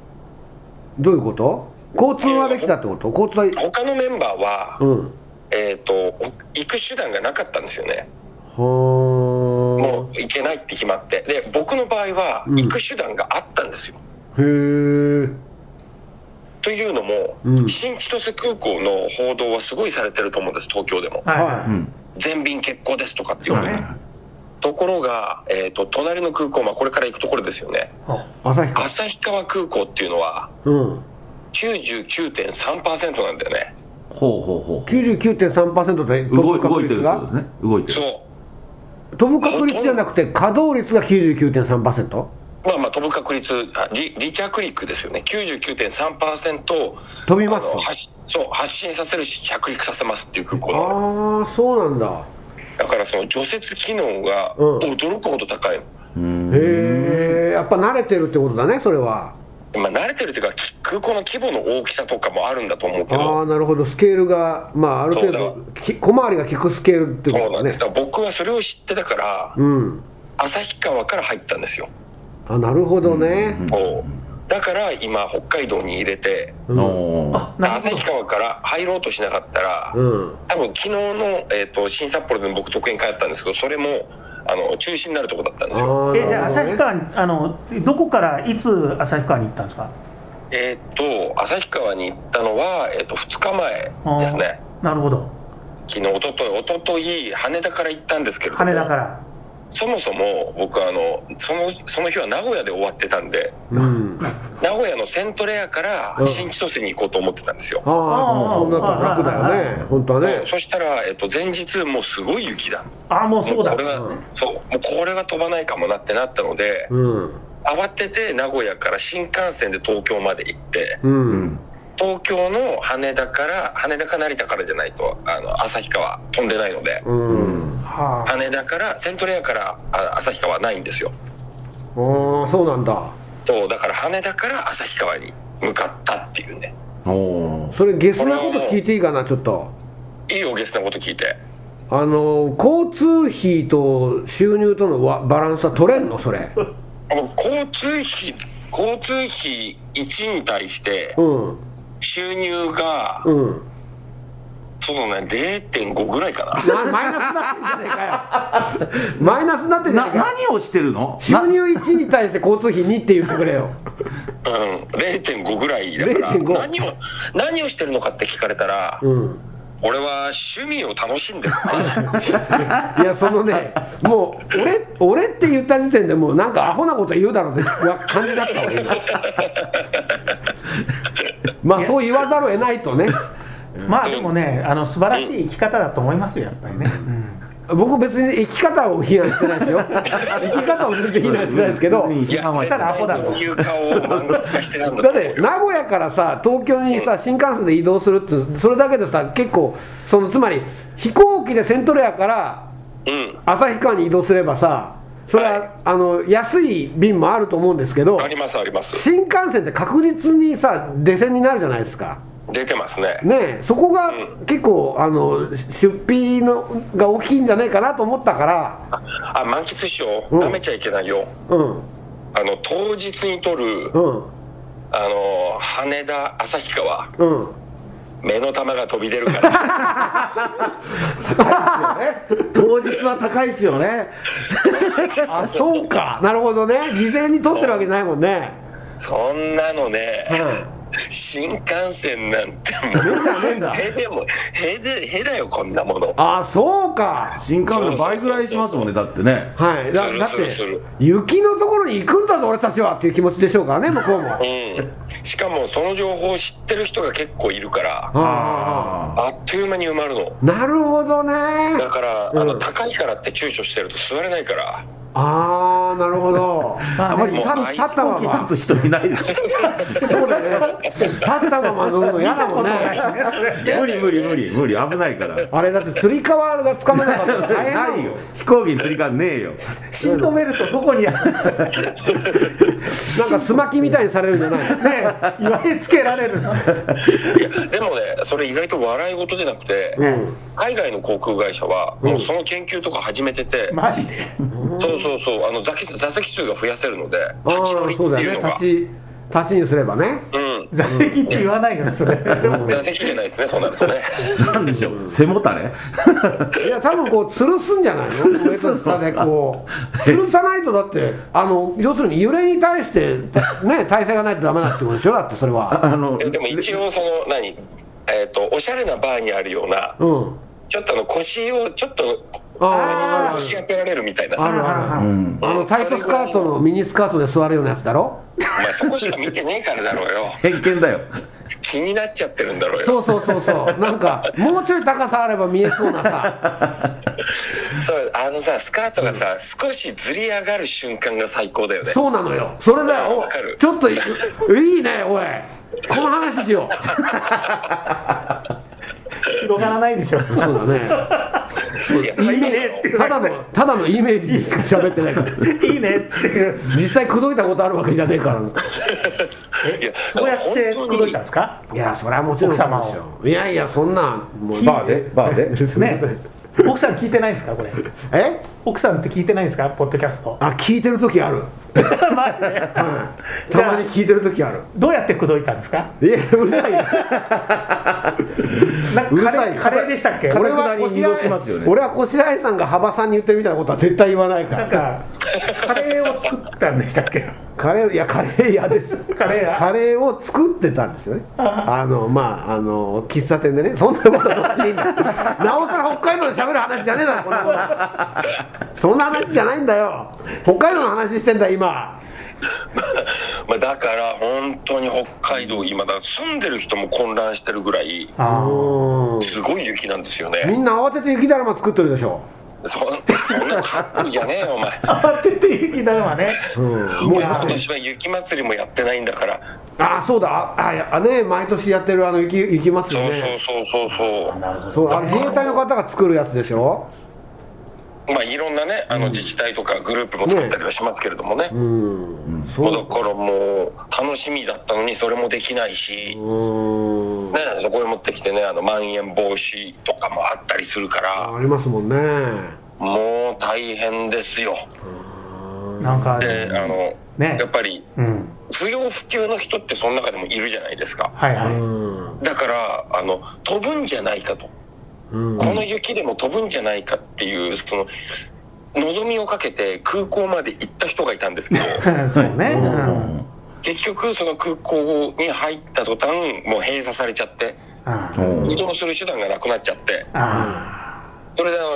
[SPEAKER 4] どういうこと交通はできたってこと交通は
[SPEAKER 3] 他のメンバーは、
[SPEAKER 4] うん
[SPEAKER 3] えっ、とお行く手段がなかったんですよねも
[SPEAKER 4] は
[SPEAKER 3] う行けないって決まってで僕の場合は
[SPEAKER 4] うん
[SPEAKER 3] 行く手段があったんですよ、
[SPEAKER 4] あへえ
[SPEAKER 3] というのも、
[SPEAKER 4] うん
[SPEAKER 3] 新千歳空港の報道はすごいされてると思うんです東京でも
[SPEAKER 2] はい
[SPEAKER 4] は
[SPEAKER 2] は
[SPEAKER 1] うん
[SPEAKER 3] 全便欠航ですとかって言われ
[SPEAKER 2] そう
[SPEAKER 3] て、
[SPEAKER 2] ね
[SPEAKER 3] ところが、えー、と隣の空港、まあ、これから行くところですよね
[SPEAKER 2] いほう
[SPEAKER 4] 旭川
[SPEAKER 3] 旭川空港っていうのは
[SPEAKER 4] うん
[SPEAKER 3] 99.3%なんだよね
[SPEAKER 1] ほうほうほう
[SPEAKER 4] 99.3%で
[SPEAKER 1] 動
[SPEAKER 4] 飛ぶ
[SPEAKER 1] い動
[SPEAKER 4] 確
[SPEAKER 1] いてる
[SPEAKER 4] 率
[SPEAKER 1] ってこと
[SPEAKER 4] が
[SPEAKER 1] ですね動いてる
[SPEAKER 3] そう
[SPEAKER 4] 飛ぶ確率じゃなくて稼働率が99.3%
[SPEAKER 3] まあまあ飛ぶ確率、あ離離着陸ですよね、99.3%
[SPEAKER 4] 飛びます
[SPEAKER 3] あの
[SPEAKER 4] と
[SPEAKER 3] 発しそう発進させるし、着陸させますっていう空港なの
[SPEAKER 4] ああそうなんだ
[SPEAKER 3] だからその除雪機能が
[SPEAKER 4] うん
[SPEAKER 3] 驚くほど高い、
[SPEAKER 1] うん
[SPEAKER 4] へえやっぱ慣れてるってことだねそれは
[SPEAKER 3] まあ、慣れてるというか、き空港の規模の大きさとかもあるんだと思うけ
[SPEAKER 4] あ
[SPEAKER 3] ど、
[SPEAKER 4] あなるほどスケールがまあある程
[SPEAKER 3] そ
[SPEAKER 4] 度き小回りが利くスケールってこ
[SPEAKER 3] そう
[SPEAKER 4] と
[SPEAKER 3] な
[SPEAKER 4] だ
[SPEAKER 3] んです、
[SPEAKER 4] ね
[SPEAKER 3] だから僕はそれを知ってたから、
[SPEAKER 4] うん
[SPEAKER 3] 旭川から入ったんですよ、
[SPEAKER 4] あなるほどね、
[SPEAKER 3] おうだから今北海道に入れて
[SPEAKER 1] おー
[SPEAKER 2] あなるほど
[SPEAKER 3] 旭川から入ろうとしなかったら、
[SPEAKER 4] うん
[SPEAKER 3] 多分昨日の、えー、と新札幌で僕特演会やったんですけどそれもあの中止になるとこだったんですよ
[SPEAKER 4] あ
[SPEAKER 2] えじゃあ
[SPEAKER 4] なる
[SPEAKER 2] 旭
[SPEAKER 4] ほどね
[SPEAKER 2] 川にあのどこからいつ旭川に行ったんですか
[SPEAKER 3] えっ、と旭川に行ったのは、えー、と2日前ですね
[SPEAKER 2] なるほど
[SPEAKER 3] 昨日おとといおととい羽田から行ったんですけれど
[SPEAKER 2] 羽
[SPEAKER 3] も
[SPEAKER 2] 田から
[SPEAKER 3] そもそも僕あのそのその日は名古屋で終わってたんで
[SPEAKER 4] うん、
[SPEAKER 3] 名古屋のセントレアから新千歳に行こうと思ってたんですよ、
[SPEAKER 4] ああそんなと楽だよね本当はね
[SPEAKER 3] そうそしたら、えっと、前日もうすごい雪だ
[SPEAKER 2] あもうそうだ
[SPEAKER 3] もこれは、
[SPEAKER 4] うん
[SPEAKER 3] そうもうこれは飛ばないかもなってなったので、
[SPEAKER 4] うん
[SPEAKER 3] 慌てて名古屋から新幹線で東京まで行って
[SPEAKER 4] う
[SPEAKER 1] うんん
[SPEAKER 3] 東京の羽田から羽田か成田からじゃないとあの旭川飛んでないので
[SPEAKER 4] うん
[SPEAKER 2] はあ
[SPEAKER 3] 羽田からセントレアからあ旭川はないんですよ
[SPEAKER 4] ああそうなんだ
[SPEAKER 3] そうだから羽田から旭川に向かったっていうね
[SPEAKER 1] おー
[SPEAKER 4] それゲスなこと聞いていいかなちょっと
[SPEAKER 3] いいおゲストのこと聞いて
[SPEAKER 4] あの交通費と収入とのわバランスは取れんのそれ
[SPEAKER 3] あの交通費交通費1に対して
[SPEAKER 4] うん
[SPEAKER 3] 収入が、
[SPEAKER 4] うん
[SPEAKER 3] そうだね0.5ぐらいかな
[SPEAKER 4] まマイナスになってんじゃねえかよマイナスになってんじゃね
[SPEAKER 1] な
[SPEAKER 4] えかよ
[SPEAKER 1] 何をしてるの
[SPEAKER 4] 収入1に対して交通費2って言ってくれよ
[SPEAKER 3] うん、0.5ぐらいだから
[SPEAKER 4] 0.5
[SPEAKER 3] 何を何をしてるのかって聞かれたら、
[SPEAKER 4] うん
[SPEAKER 3] 俺は趣味を楽し んでる
[SPEAKER 4] いやその ねもう俺俺って言った時点でもうなんかアホなこと言うだろうって感じだった俺 今まあそう言わざるを得ないとね
[SPEAKER 2] まあでもねあの素晴らしい生き方だと思いますよやっぱりね、うん
[SPEAKER 4] 僕別に生き方を非難してないです よ生き方を全然非難してないですけど
[SPEAKER 1] 別に批判はし
[SPEAKER 2] したらアホだ
[SPEAKER 3] そういう顔を漫画化してたん
[SPEAKER 4] だ
[SPEAKER 3] だと
[SPEAKER 4] っ
[SPEAKER 3] 思う
[SPEAKER 4] て
[SPEAKER 3] よ
[SPEAKER 4] 名古屋からさ東京にさ新幹線で移動するってそれだけでさ結構そのつまり飛行機でセントレアから
[SPEAKER 3] うん
[SPEAKER 4] 旭川に移動すればさそれは、
[SPEAKER 3] はい
[SPEAKER 4] あの安い便もあると思うんですけど
[SPEAKER 3] ありますあります
[SPEAKER 4] 新幹線って確実にさ出線になるじゃないですか
[SPEAKER 3] 出てますね
[SPEAKER 4] ねえそこが
[SPEAKER 3] う
[SPEAKER 4] 結構あの出費のが大きいんじゃないかなと思ったから
[SPEAKER 3] あ満喫師匠
[SPEAKER 4] うん
[SPEAKER 3] なめちゃいけないよ
[SPEAKER 4] うん
[SPEAKER 3] あの当日に撮る
[SPEAKER 4] うん
[SPEAKER 3] あの羽田旭川
[SPEAKER 4] うん
[SPEAKER 3] 目の玉が飛び出るから
[SPEAKER 1] 当日は高いですよね
[SPEAKER 4] あそうかなるほどね事前に撮ってるわけじゃないもんね
[SPEAKER 3] そんなの
[SPEAKER 4] う
[SPEAKER 3] ね
[SPEAKER 4] ん
[SPEAKER 3] 新幹線なんても
[SPEAKER 4] 目じゃねえんだ
[SPEAKER 3] うへでもへでへだよこんなもの
[SPEAKER 4] あそうか
[SPEAKER 1] 新幹線倍ぐらいしますもんねだってね
[SPEAKER 4] はいだ
[SPEAKER 3] する
[SPEAKER 4] だっ
[SPEAKER 3] する
[SPEAKER 4] て
[SPEAKER 3] する
[SPEAKER 4] 雪のところに行くんだぞ俺たちはっていう気持ちでしょうからね向こうも
[SPEAKER 3] うん、しかもその情報を知ってる人が結構いるから
[SPEAKER 4] あ
[SPEAKER 1] あ
[SPEAKER 3] あっという間に埋まるの
[SPEAKER 4] あなるほどね
[SPEAKER 3] だから、あ
[SPEAKER 4] う
[SPEAKER 3] の
[SPEAKER 4] ん
[SPEAKER 3] 高いからって躊躇してると座れないから
[SPEAKER 4] ああなるほど
[SPEAKER 2] まあ
[SPEAKER 1] ま
[SPEAKER 2] ね
[SPEAKER 1] り
[SPEAKER 4] 立
[SPEAKER 3] もうあい
[SPEAKER 4] 立ったまま
[SPEAKER 1] 立つ人いないでしょ
[SPEAKER 4] そうだよね立ったまま乗るの嫌だもんね
[SPEAKER 1] 無理無理無理無理危ないから
[SPEAKER 4] あれだって釣り革がつかめなかったら大変だも
[SPEAKER 1] なんいよ飛行機に釣りかねえよ
[SPEAKER 2] シートベルトどこにある
[SPEAKER 4] なんかすまきみたいにされるんじゃない
[SPEAKER 2] ね言われつけられるの
[SPEAKER 3] いやでもねそれ意外と笑い事じゃなくて、
[SPEAKER 4] うん
[SPEAKER 3] 海外の航空会社はもうその研究とか始めてて、
[SPEAKER 2] マジで
[SPEAKER 3] そうそうそうあの座席座席数が増やせるので
[SPEAKER 4] あ
[SPEAKER 3] 立ち
[SPEAKER 4] あ
[SPEAKER 3] 乗りって
[SPEAKER 4] そうだ
[SPEAKER 3] い
[SPEAKER 4] よ
[SPEAKER 3] うの
[SPEAKER 4] ね
[SPEAKER 3] が
[SPEAKER 4] 立ち立ちにすればね
[SPEAKER 3] う
[SPEAKER 2] 座席って言わないよねそれ
[SPEAKER 3] ん座席じゃないですねそうなるとね
[SPEAKER 1] なんでしょう背もたれ
[SPEAKER 4] いや多分こう吊るすんじゃないの
[SPEAKER 1] る
[SPEAKER 4] 上
[SPEAKER 1] すの
[SPEAKER 4] と下でこう吊るさないとだってあの要するに揺れに対してね体勢がないとダメだってことでしょだってそれは
[SPEAKER 1] あの
[SPEAKER 3] でも一応その何えっ、とおしゃれなバーにあるような
[SPEAKER 4] うん
[SPEAKER 3] ちょっとあの腰をちょっと
[SPEAKER 4] あああ
[SPEAKER 3] 腰当てられるみたいな
[SPEAKER 4] あ
[SPEAKER 3] さ
[SPEAKER 4] るある
[SPEAKER 1] うん
[SPEAKER 4] あのタイトスカートのミニスカートで座るようなやつだろ
[SPEAKER 3] お前そこしか見てねえからだろ うよ
[SPEAKER 1] 偏見だよ
[SPEAKER 3] 気になっちゃってるんだろうよ
[SPEAKER 4] そうそうそう そうなんかもうちょい高さあれば見えそうなさ
[SPEAKER 3] そうあのさスカートがさ、少しずり上がる瞬間が最高だよね
[SPEAKER 4] そうなのよそれだよ
[SPEAKER 3] わかる
[SPEAKER 4] おちょっといいいねおいこの話しよう
[SPEAKER 2] 広がらないでしょ
[SPEAKER 4] そうだね
[SPEAKER 3] い や
[SPEAKER 2] いいねって言わ
[SPEAKER 4] た
[SPEAKER 2] れ
[SPEAKER 4] だ
[SPEAKER 2] て
[SPEAKER 4] のただのイメージでしか喋ってないから
[SPEAKER 2] いいねっていう
[SPEAKER 4] 実際口説いたことあるわけじゃねえから
[SPEAKER 3] いや
[SPEAKER 2] そうやって
[SPEAKER 3] 本
[SPEAKER 2] 口
[SPEAKER 3] 当
[SPEAKER 2] 説
[SPEAKER 3] に
[SPEAKER 2] いたんですか
[SPEAKER 4] いやそれはもちろん
[SPEAKER 2] 奥様を
[SPEAKER 4] そうですよいやいやそんなもう
[SPEAKER 1] バーでバーで
[SPEAKER 4] ね
[SPEAKER 2] ね奥さん聞いてないんですかこれ
[SPEAKER 4] え
[SPEAKER 2] 奥さんって聞いてないんですかポッドキャスト
[SPEAKER 4] あ聞いてる時ある
[SPEAKER 2] マジで
[SPEAKER 4] たまに聞いてる時ある
[SPEAKER 2] どうやって口説いたんですか
[SPEAKER 4] いやうるさい よ
[SPEAKER 2] なん
[SPEAKER 4] うる
[SPEAKER 2] かカレ
[SPEAKER 4] さい
[SPEAKER 2] ーカレーでしたっけ
[SPEAKER 1] こ
[SPEAKER 4] 俺
[SPEAKER 1] れは
[SPEAKER 4] は
[SPEAKER 1] こ
[SPEAKER 4] こ
[SPEAKER 1] し
[SPEAKER 4] し
[SPEAKER 1] ら
[SPEAKER 4] ら
[SPEAKER 1] えしますよね
[SPEAKER 4] 俺はこしらえさんが幅さんに言ってるみたいなことは絶対言わないか
[SPEAKER 2] なん
[SPEAKER 4] ら
[SPEAKER 2] かカレーを作ったんでしたっけ
[SPEAKER 4] カレーいやカレー屋です
[SPEAKER 2] カレー屋
[SPEAKER 4] カレーを作ってたんですよねあのまああの喫茶店でねそんなことどう でもいいんだよなおさら北海道で喋る話じゃねえだろこんなことそんな話じゃないんだよ北海道の話してんだ今
[SPEAKER 3] まあ、だから本当に北海道今だ住んでる人も混乱してるぐらい
[SPEAKER 2] あ
[SPEAKER 4] う
[SPEAKER 2] ー
[SPEAKER 4] ん
[SPEAKER 3] すごい雪なんですよ
[SPEAKER 4] み
[SPEAKER 3] ね
[SPEAKER 4] んな慌てて雪だるま作ってるでしょ、
[SPEAKER 3] そんそんなハッピーじゃねえよお 前
[SPEAKER 2] 慌てて雪だるまね
[SPEAKER 4] うん、もうだ
[SPEAKER 3] 今
[SPEAKER 4] って
[SPEAKER 3] 年は雪まつりもやってないんだから
[SPEAKER 4] ああそうだああいやあね毎年やってるあの雪雪ますよ
[SPEAKER 3] そう
[SPEAKER 4] ね
[SPEAKER 3] そうそうそうそう
[SPEAKER 4] そうあれ自衛隊の方が作るやつでしょ
[SPEAKER 3] まあいろんなねあの自治体とかグループも作ったりはしますけれどもね
[SPEAKER 4] うん
[SPEAKER 3] も
[SPEAKER 4] そう
[SPEAKER 3] だ
[SPEAKER 4] う
[SPEAKER 3] からもう楽しみだったのにそれもできないし、ね、
[SPEAKER 4] うん
[SPEAKER 3] そこへ持ってきてねあのまん延防止とかもあったりするから
[SPEAKER 4] ありますもんね
[SPEAKER 3] もう大変ですよ
[SPEAKER 2] なんか
[SPEAKER 3] であの、
[SPEAKER 2] ね
[SPEAKER 3] やっぱり
[SPEAKER 2] うん
[SPEAKER 3] 不要不急の人ってその中でもいるじゃないですか
[SPEAKER 2] はいうは
[SPEAKER 4] ん
[SPEAKER 3] だからあの飛ぶんじゃないか
[SPEAKER 4] う
[SPEAKER 3] と、
[SPEAKER 4] ん
[SPEAKER 3] この雪でも飛ぶんじゃないかっていうその望みをかけて空港まで行った人がいたんですけど
[SPEAKER 2] い そうね
[SPEAKER 4] うん
[SPEAKER 2] うん
[SPEAKER 3] 結局その空港に入った途端もう閉鎖されちゃって
[SPEAKER 2] あ
[SPEAKER 1] う
[SPEAKER 2] ー
[SPEAKER 1] ん
[SPEAKER 3] 移動する手段がなくなっちゃって
[SPEAKER 2] あ
[SPEAKER 3] それであの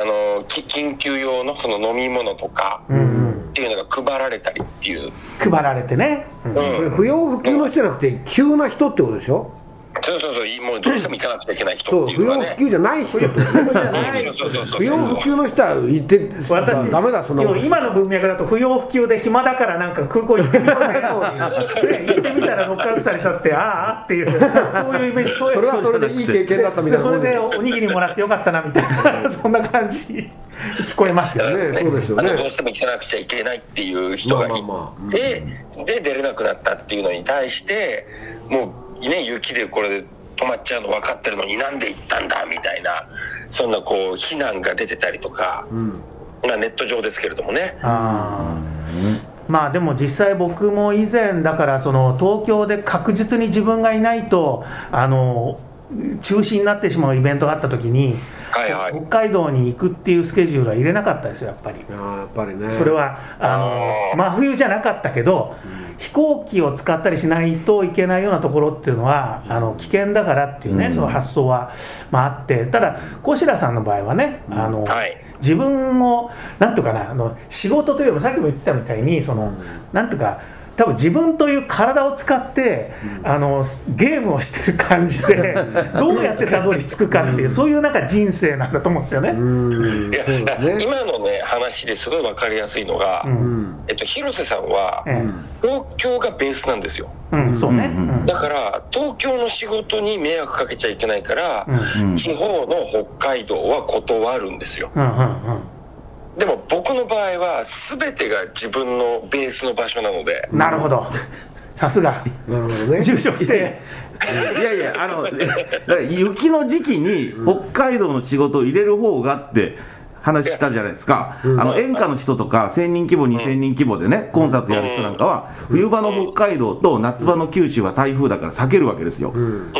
[SPEAKER 3] あのき緊急用のその飲み物とか
[SPEAKER 2] ーうんうん
[SPEAKER 3] っていうのが配られたりっていう、
[SPEAKER 2] 配られてね うん
[SPEAKER 3] う
[SPEAKER 4] それ
[SPEAKER 3] ん、
[SPEAKER 4] 不要不急の人じゃなくて急な人ってことでしょ
[SPEAKER 3] そうそうそうもうどうしても行かなくちゃいけない
[SPEAKER 4] そ
[SPEAKER 3] 人っ
[SPEAKER 4] う
[SPEAKER 3] てい
[SPEAKER 4] 不
[SPEAKER 3] うの
[SPEAKER 4] 要
[SPEAKER 3] は
[SPEAKER 4] 不
[SPEAKER 3] ね
[SPEAKER 4] 急じゃない人ってこと
[SPEAKER 3] うんそうそうそうそう
[SPEAKER 4] 不要不急の人は言って
[SPEAKER 2] 私
[SPEAKER 4] ダメだその
[SPEAKER 2] でも今の文脈だと不要不急で暇だからなんか空港行ってみたら行ってみたらノックアウトされちゃってあーあーっていうそういうイメージそういう
[SPEAKER 4] それはそれでいい経験だったみた
[SPEAKER 2] で
[SPEAKER 4] いな
[SPEAKER 2] それで
[SPEAKER 4] ね
[SPEAKER 2] おにぎりもらってよかったなみたいなそんな感じ聞こえますよね
[SPEAKER 4] そうですよ
[SPEAKER 3] あのどう
[SPEAKER 4] ね
[SPEAKER 3] しても行かなくちゃいけないっていう人がいて、
[SPEAKER 4] まあまあまあうん
[SPEAKER 3] で出れなくなったっていうのに対してもうね雪でこれで止まっちゃうの分かってるのになんで行ったんだみたいなそんなこう非難が出てたりとか、
[SPEAKER 4] ん
[SPEAKER 3] まあネット上ですけれどもね
[SPEAKER 2] あーまあでも実際僕も以前だからその東京で確実に自分がいないとあの中止になってしまうイベントがあった時に、
[SPEAKER 3] はいはい
[SPEAKER 2] 北海道に行くっていうスケジュールは入れなかったですよやっぱ
[SPEAKER 4] い
[SPEAKER 2] り
[SPEAKER 4] やーやっぱりね
[SPEAKER 2] それはあの
[SPEAKER 3] あー
[SPEAKER 2] 真冬じゃなかったけど、飛行機を使ったりしないといけないようなところっていうのはあの危険だからっていうね、
[SPEAKER 1] うん
[SPEAKER 2] その発想は、まあ、あってただ小白さんの場合はねあの、
[SPEAKER 3] はい
[SPEAKER 2] 自分をなんとかなあの仕事というよりもさっきも言ってたみたいにその、なんとか多分自分という体を使って、あのゲームをしてる感じでどうやってたどり着くかっていう、そういうなんか人生なんだと思うんですよね。
[SPEAKER 4] うん
[SPEAKER 3] いや
[SPEAKER 4] そうだね
[SPEAKER 3] 今のね話ですごい分かりやすいのが、
[SPEAKER 2] うん
[SPEAKER 4] うん
[SPEAKER 3] えっと、広瀬さんは
[SPEAKER 2] え
[SPEAKER 3] 東京がベースなんですよ
[SPEAKER 2] えうん、そうね、
[SPEAKER 1] うんうん
[SPEAKER 2] うん
[SPEAKER 3] だから東京の仕事に迷惑かけちゃいけないから、
[SPEAKER 1] うん
[SPEAKER 3] 地方の北海道は断るんですよ
[SPEAKER 2] うんうんうん
[SPEAKER 3] でも僕の場合は全てが自分のベースの場所なので
[SPEAKER 2] なるほど。さすが。
[SPEAKER 4] なるほどね
[SPEAKER 2] 住所不定。
[SPEAKER 1] いやいや、あの、だから雪の時期に北海道の仕事を入れる方がって。話したじゃないですか、あの演歌の人とか1000人規模2000人規模でねコンサートやる人なんかは冬場の北海道と夏場の九州は台風だから避けるわけですよ
[SPEAKER 4] うん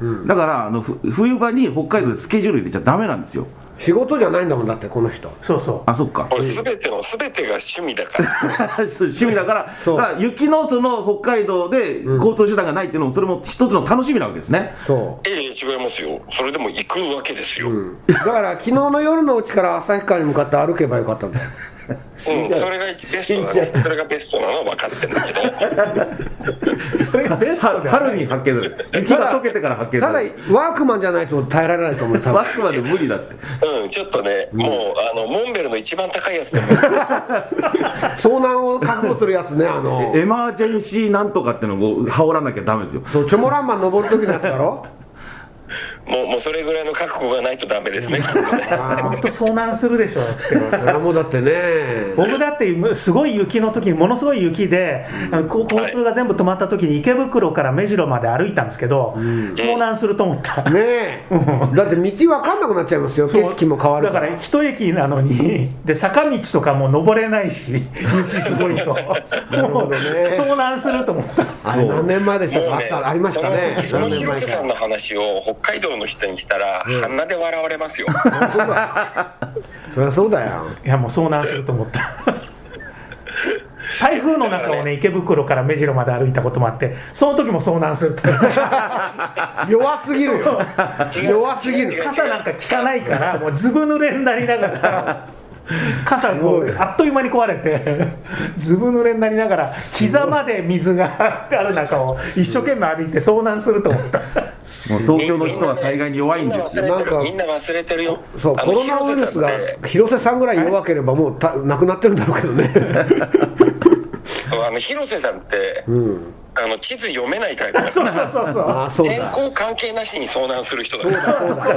[SPEAKER 3] うん
[SPEAKER 1] だからあのふ冬場に北海道でスケジュール入れちゃダメなんですよ
[SPEAKER 4] 仕事じゃないんだもんだってこの人
[SPEAKER 2] そうそ
[SPEAKER 1] あそっか
[SPEAKER 3] 俺全ての全てが趣味だから
[SPEAKER 1] 趣味だから
[SPEAKER 4] そう
[SPEAKER 1] だから雪のその北海道で交通手段がないっていうのもそれも一つの楽しみなわけですね
[SPEAKER 4] そ
[SPEAKER 3] いやいや違いますよそれでも行くわけですよ、
[SPEAKER 4] う、
[SPEAKER 3] う
[SPEAKER 4] うんん、だから昨日の夜のうちから旭川に向かって歩けばよかったんだよ
[SPEAKER 3] それがベストだ、ね、それがベストなのは分かってるんだけど
[SPEAKER 2] う。それがベストだよ
[SPEAKER 1] 春に発見する雪が溶けてから発見
[SPEAKER 4] ただ
[SPEAKER 1] す
[SPEAKER 4] ワ
[SPEAKER 1] る
[SPEAKER 4] ークマンじゃないと耐えられないと思う多分
[SPEAKER 1] ワクワで無理だって
[SPEAKER 3] うんちょっとね、もうあのモンベルの一番高いやつでも
[SPEAKER 4] 遭難を覚悟するやつねあ の
[SPEAKER 1] エマージェンシーなんとかってのを羽織らなきゃダメですよ
[SPEAKER 4] そうチョモランマン登る時のやつだろ
[SPEAKER 3] もうもうそれぐらいの覚悟がないとダメですね、きっとね。
[SPEAKER 2] 本当遭難するでしょっ
[SPEAKER 4] そ
[SPEAKER 2] て
[SPEAKER 4] れはもうだってね
[SPEAKER 2] 僕だってすごい雪の時にものすごい雪で、あのこ交通が全部止まった時に池袋から目白まで歩いたんですけど、遭難すると思った、
[SPEAKER 4] ねえだって道分かんなくなっちゃいますよ景色も変わる
[SPEAKER 2] だから一駅なのにで坂道とかも登れないし雪すごい とも
[SPEAKER 4] ど
[SPEAKER 2] う
[SPEAKER 4] ね
[SPEAKER 2] 遭難すると思った
[SPEAKER 4] あれ何年前でした
[SPEAKER 3] も
[SPEAKER 4] か
[SPEAKER 3] う
[SPEAKER 4] あっ
[SPEAKER 3] ね、
[SPEAKER 4] たありましたね
[SPEAKER 3] その
[SPEAKER 4] 何
[SPEAKER 3] そ
[SPEAKER 4] 年
[SPEAKER 3] の
[SPEAKER 4] 前
[SPEAKER 3] 広瀬さ
[SPEAKER 4] か
[SPEAKER 3] んの話を北海道の人にしたら、鼻で笑われますよ。
[SPEAKER 4] そりゃそうだよ
[SPEAKER 2] いやもう遭難すると思った台風の中をね池袋から目白まで歩いたこともあってその時も遭難すると
[SPEAKER 4] 弱すぎるよ
[SPEAKER 3] 違う
[SPEAKER 4] 弱すぎる
[SPEAKER 3] 違う違う
[SPEAKER 2] 傘なんか効かないからもうずぶ濡れになりながら傘もうあっという間に壊れてずぶ濡れになりながら膝まで水がある中を一生懸命歩いて遭難すると思った
[SPEAKER 1] もう東京の人は災害に弱いんですよ。
[SPEAKER 4] なんか
[SPEAKER 3] みんな忘れてるよ。
[SPEAKER 4] そう
[SPEAKER 3] あ
[SPEAKER 4] コ
[SPEAKER 3] の
[SPEAKER 4] ロナウイルスが
[SPEAKER 3] 広瀬
[SPEAKER 4] 広瀬さ
[SPEAKER 3] さんって
[SPEAKER 4] んぐらい弱ければもうたなくなってるんだろうけどね
[SPEAKER 3] あの広瀬さんって、あの地図読めないタイプ だか
[SPEAKER 2] そう
[SPEAKER 3] ら。
[SPEAKER 2] そうそうそ う
[SPEAKER 4] ああそう
[SPEAKER 3] 天
[SPEAKER 4] だ
[SPEAKER 3] 候関係なしに遭難する人だから。
[SPEAKER 4] そうだそ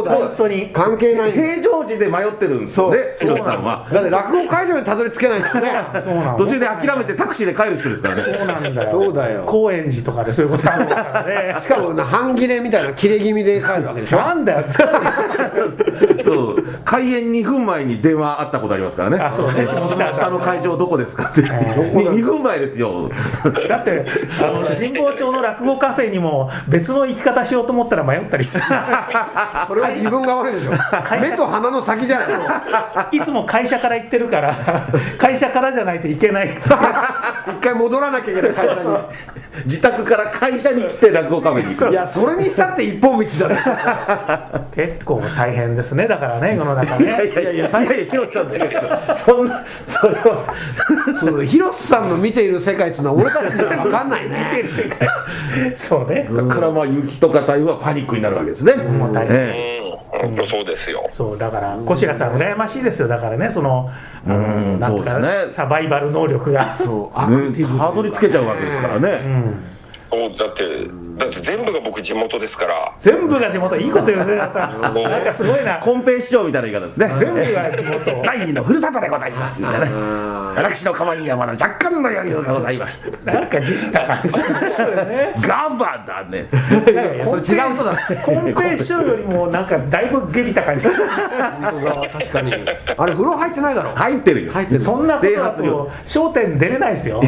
[SPEAKER 4] う
[SPEAKER 2] 本当
[SPEAKER 4] だ
[SPEAKER 2] に
[SPEAKER 4] 関係ないだ
[SPEAKER 1] 平常時で迷ってるんですよね、ヒロさんは。
[SPEAKER 4] って落語会場にたどり着けないんですね
[SPEAKER 2] そうなの
[SPEAKER 1] 途中で諦めてタクシーで帰る人ですからね。
[SPEAKER 2] そうなんだよ
[SPEAKER 4] そうだよ
[SPEAKER 2] 高円寺とかでそういうことあるからね
[SPEAKER 4] しかもな半切れみたいな切れ気味で帰るわけでしょ
[SPEAKER 2] なんだよ
[SPEAKER 1] うん開演2分前に電話あったことありますからね。
[SPEAKER 2] あそうね
[SPEAKER 1] 下の会場どこですかって。
[SPEAKER 2] ー
[SPEAKER 1] 2分前ですよ。
[SPEAKER 2] だってあの神保町の落語カフェにも別の行き方しようと思ったら迷った りして
[SPEAKER 4] それは自分が悪いでしょ目と鼻の先じゃないの
[SPEAKER 2] いつも会社から行ってるから会社からじゃないといけない
[SPEAKER 4] 一回戻らなきゃいけない会社に
[SPEAKER 1] 自宅から会社に来て落語カフェに行
[SPEAKER 4] い
[SPEAKER 1] く。
[SPEAKER 4] やそれにしたって一本道だね
[SPEAKER 2] 結構大変ですねだからね世の中
[SPEAKER 1] いや
[SPEAKER 2] ね
[SPEAKER 1] いやいやいや、いやいや、ヒロさんですよ。そんな、それは。
[SPEAKER 4] そう広瀬さんの見ている世界っていうのは俺たちには分かんない
[SPEAKER 2] 見て
[SPEAKER 4] ね
[SPEAKER 2] る世界そうね
[SPEAKER 1] だからまあ雪とか台風はパニックになるわけですね。
[SPEAKER 2] もう大変
[SPEAKER 1] ええ
[SPEAKER 3] うん、本当そうですよ。
[SPEAKER 2] そうだから小白さん羨ましいですよだからねそのあの
[SPEAKER 1] うん
[SPEAKER 2] なんと
[SPEAKER 1] そうです
[SPEAKER 2] か
[SPEAKER 1] ね
[SPEAKER 2] サバイバル能力が
[SPEAKER 4] そうアクティブという
[SPEAKER 1] ね、
[SPEAKER 4] か
[SPEAKER 1] たどり着けちゃうわけですからね、
[SPEAKER 3] そうだって、だって全部が僕地元ですから。
[SPEAKER 2] 全部が地元いいこと言うねやっぱなんかすごいな
[SPEAKER 1] コンペイ師匠みたいな言い方ですね、
[SPEAKER 2] 全部が地元
[SPEAKER 1] 第二のふるさとでございますみたいなね、私の釜にはまだ若干の余裕がございます、
[SPEAKER 2] なんかギった感じ
[SPEAKER 1] ガバだね、
[SPEAKER 4] いやいやそれ違う人だ
[SPEAKER 2] コンペ師匠よりもなんかだいぶゲビた感じ
[SPEAKER 4] 確かにあれ風呂入ってないだろ
[SPEAKER 1] 入ってるよ、
[SPEAKER 4] 入ってる
[SPEAKER 2] そんなことだ
[SPEAKER 1] 整髪料
[SPEAKER 2] と商店出れないですよ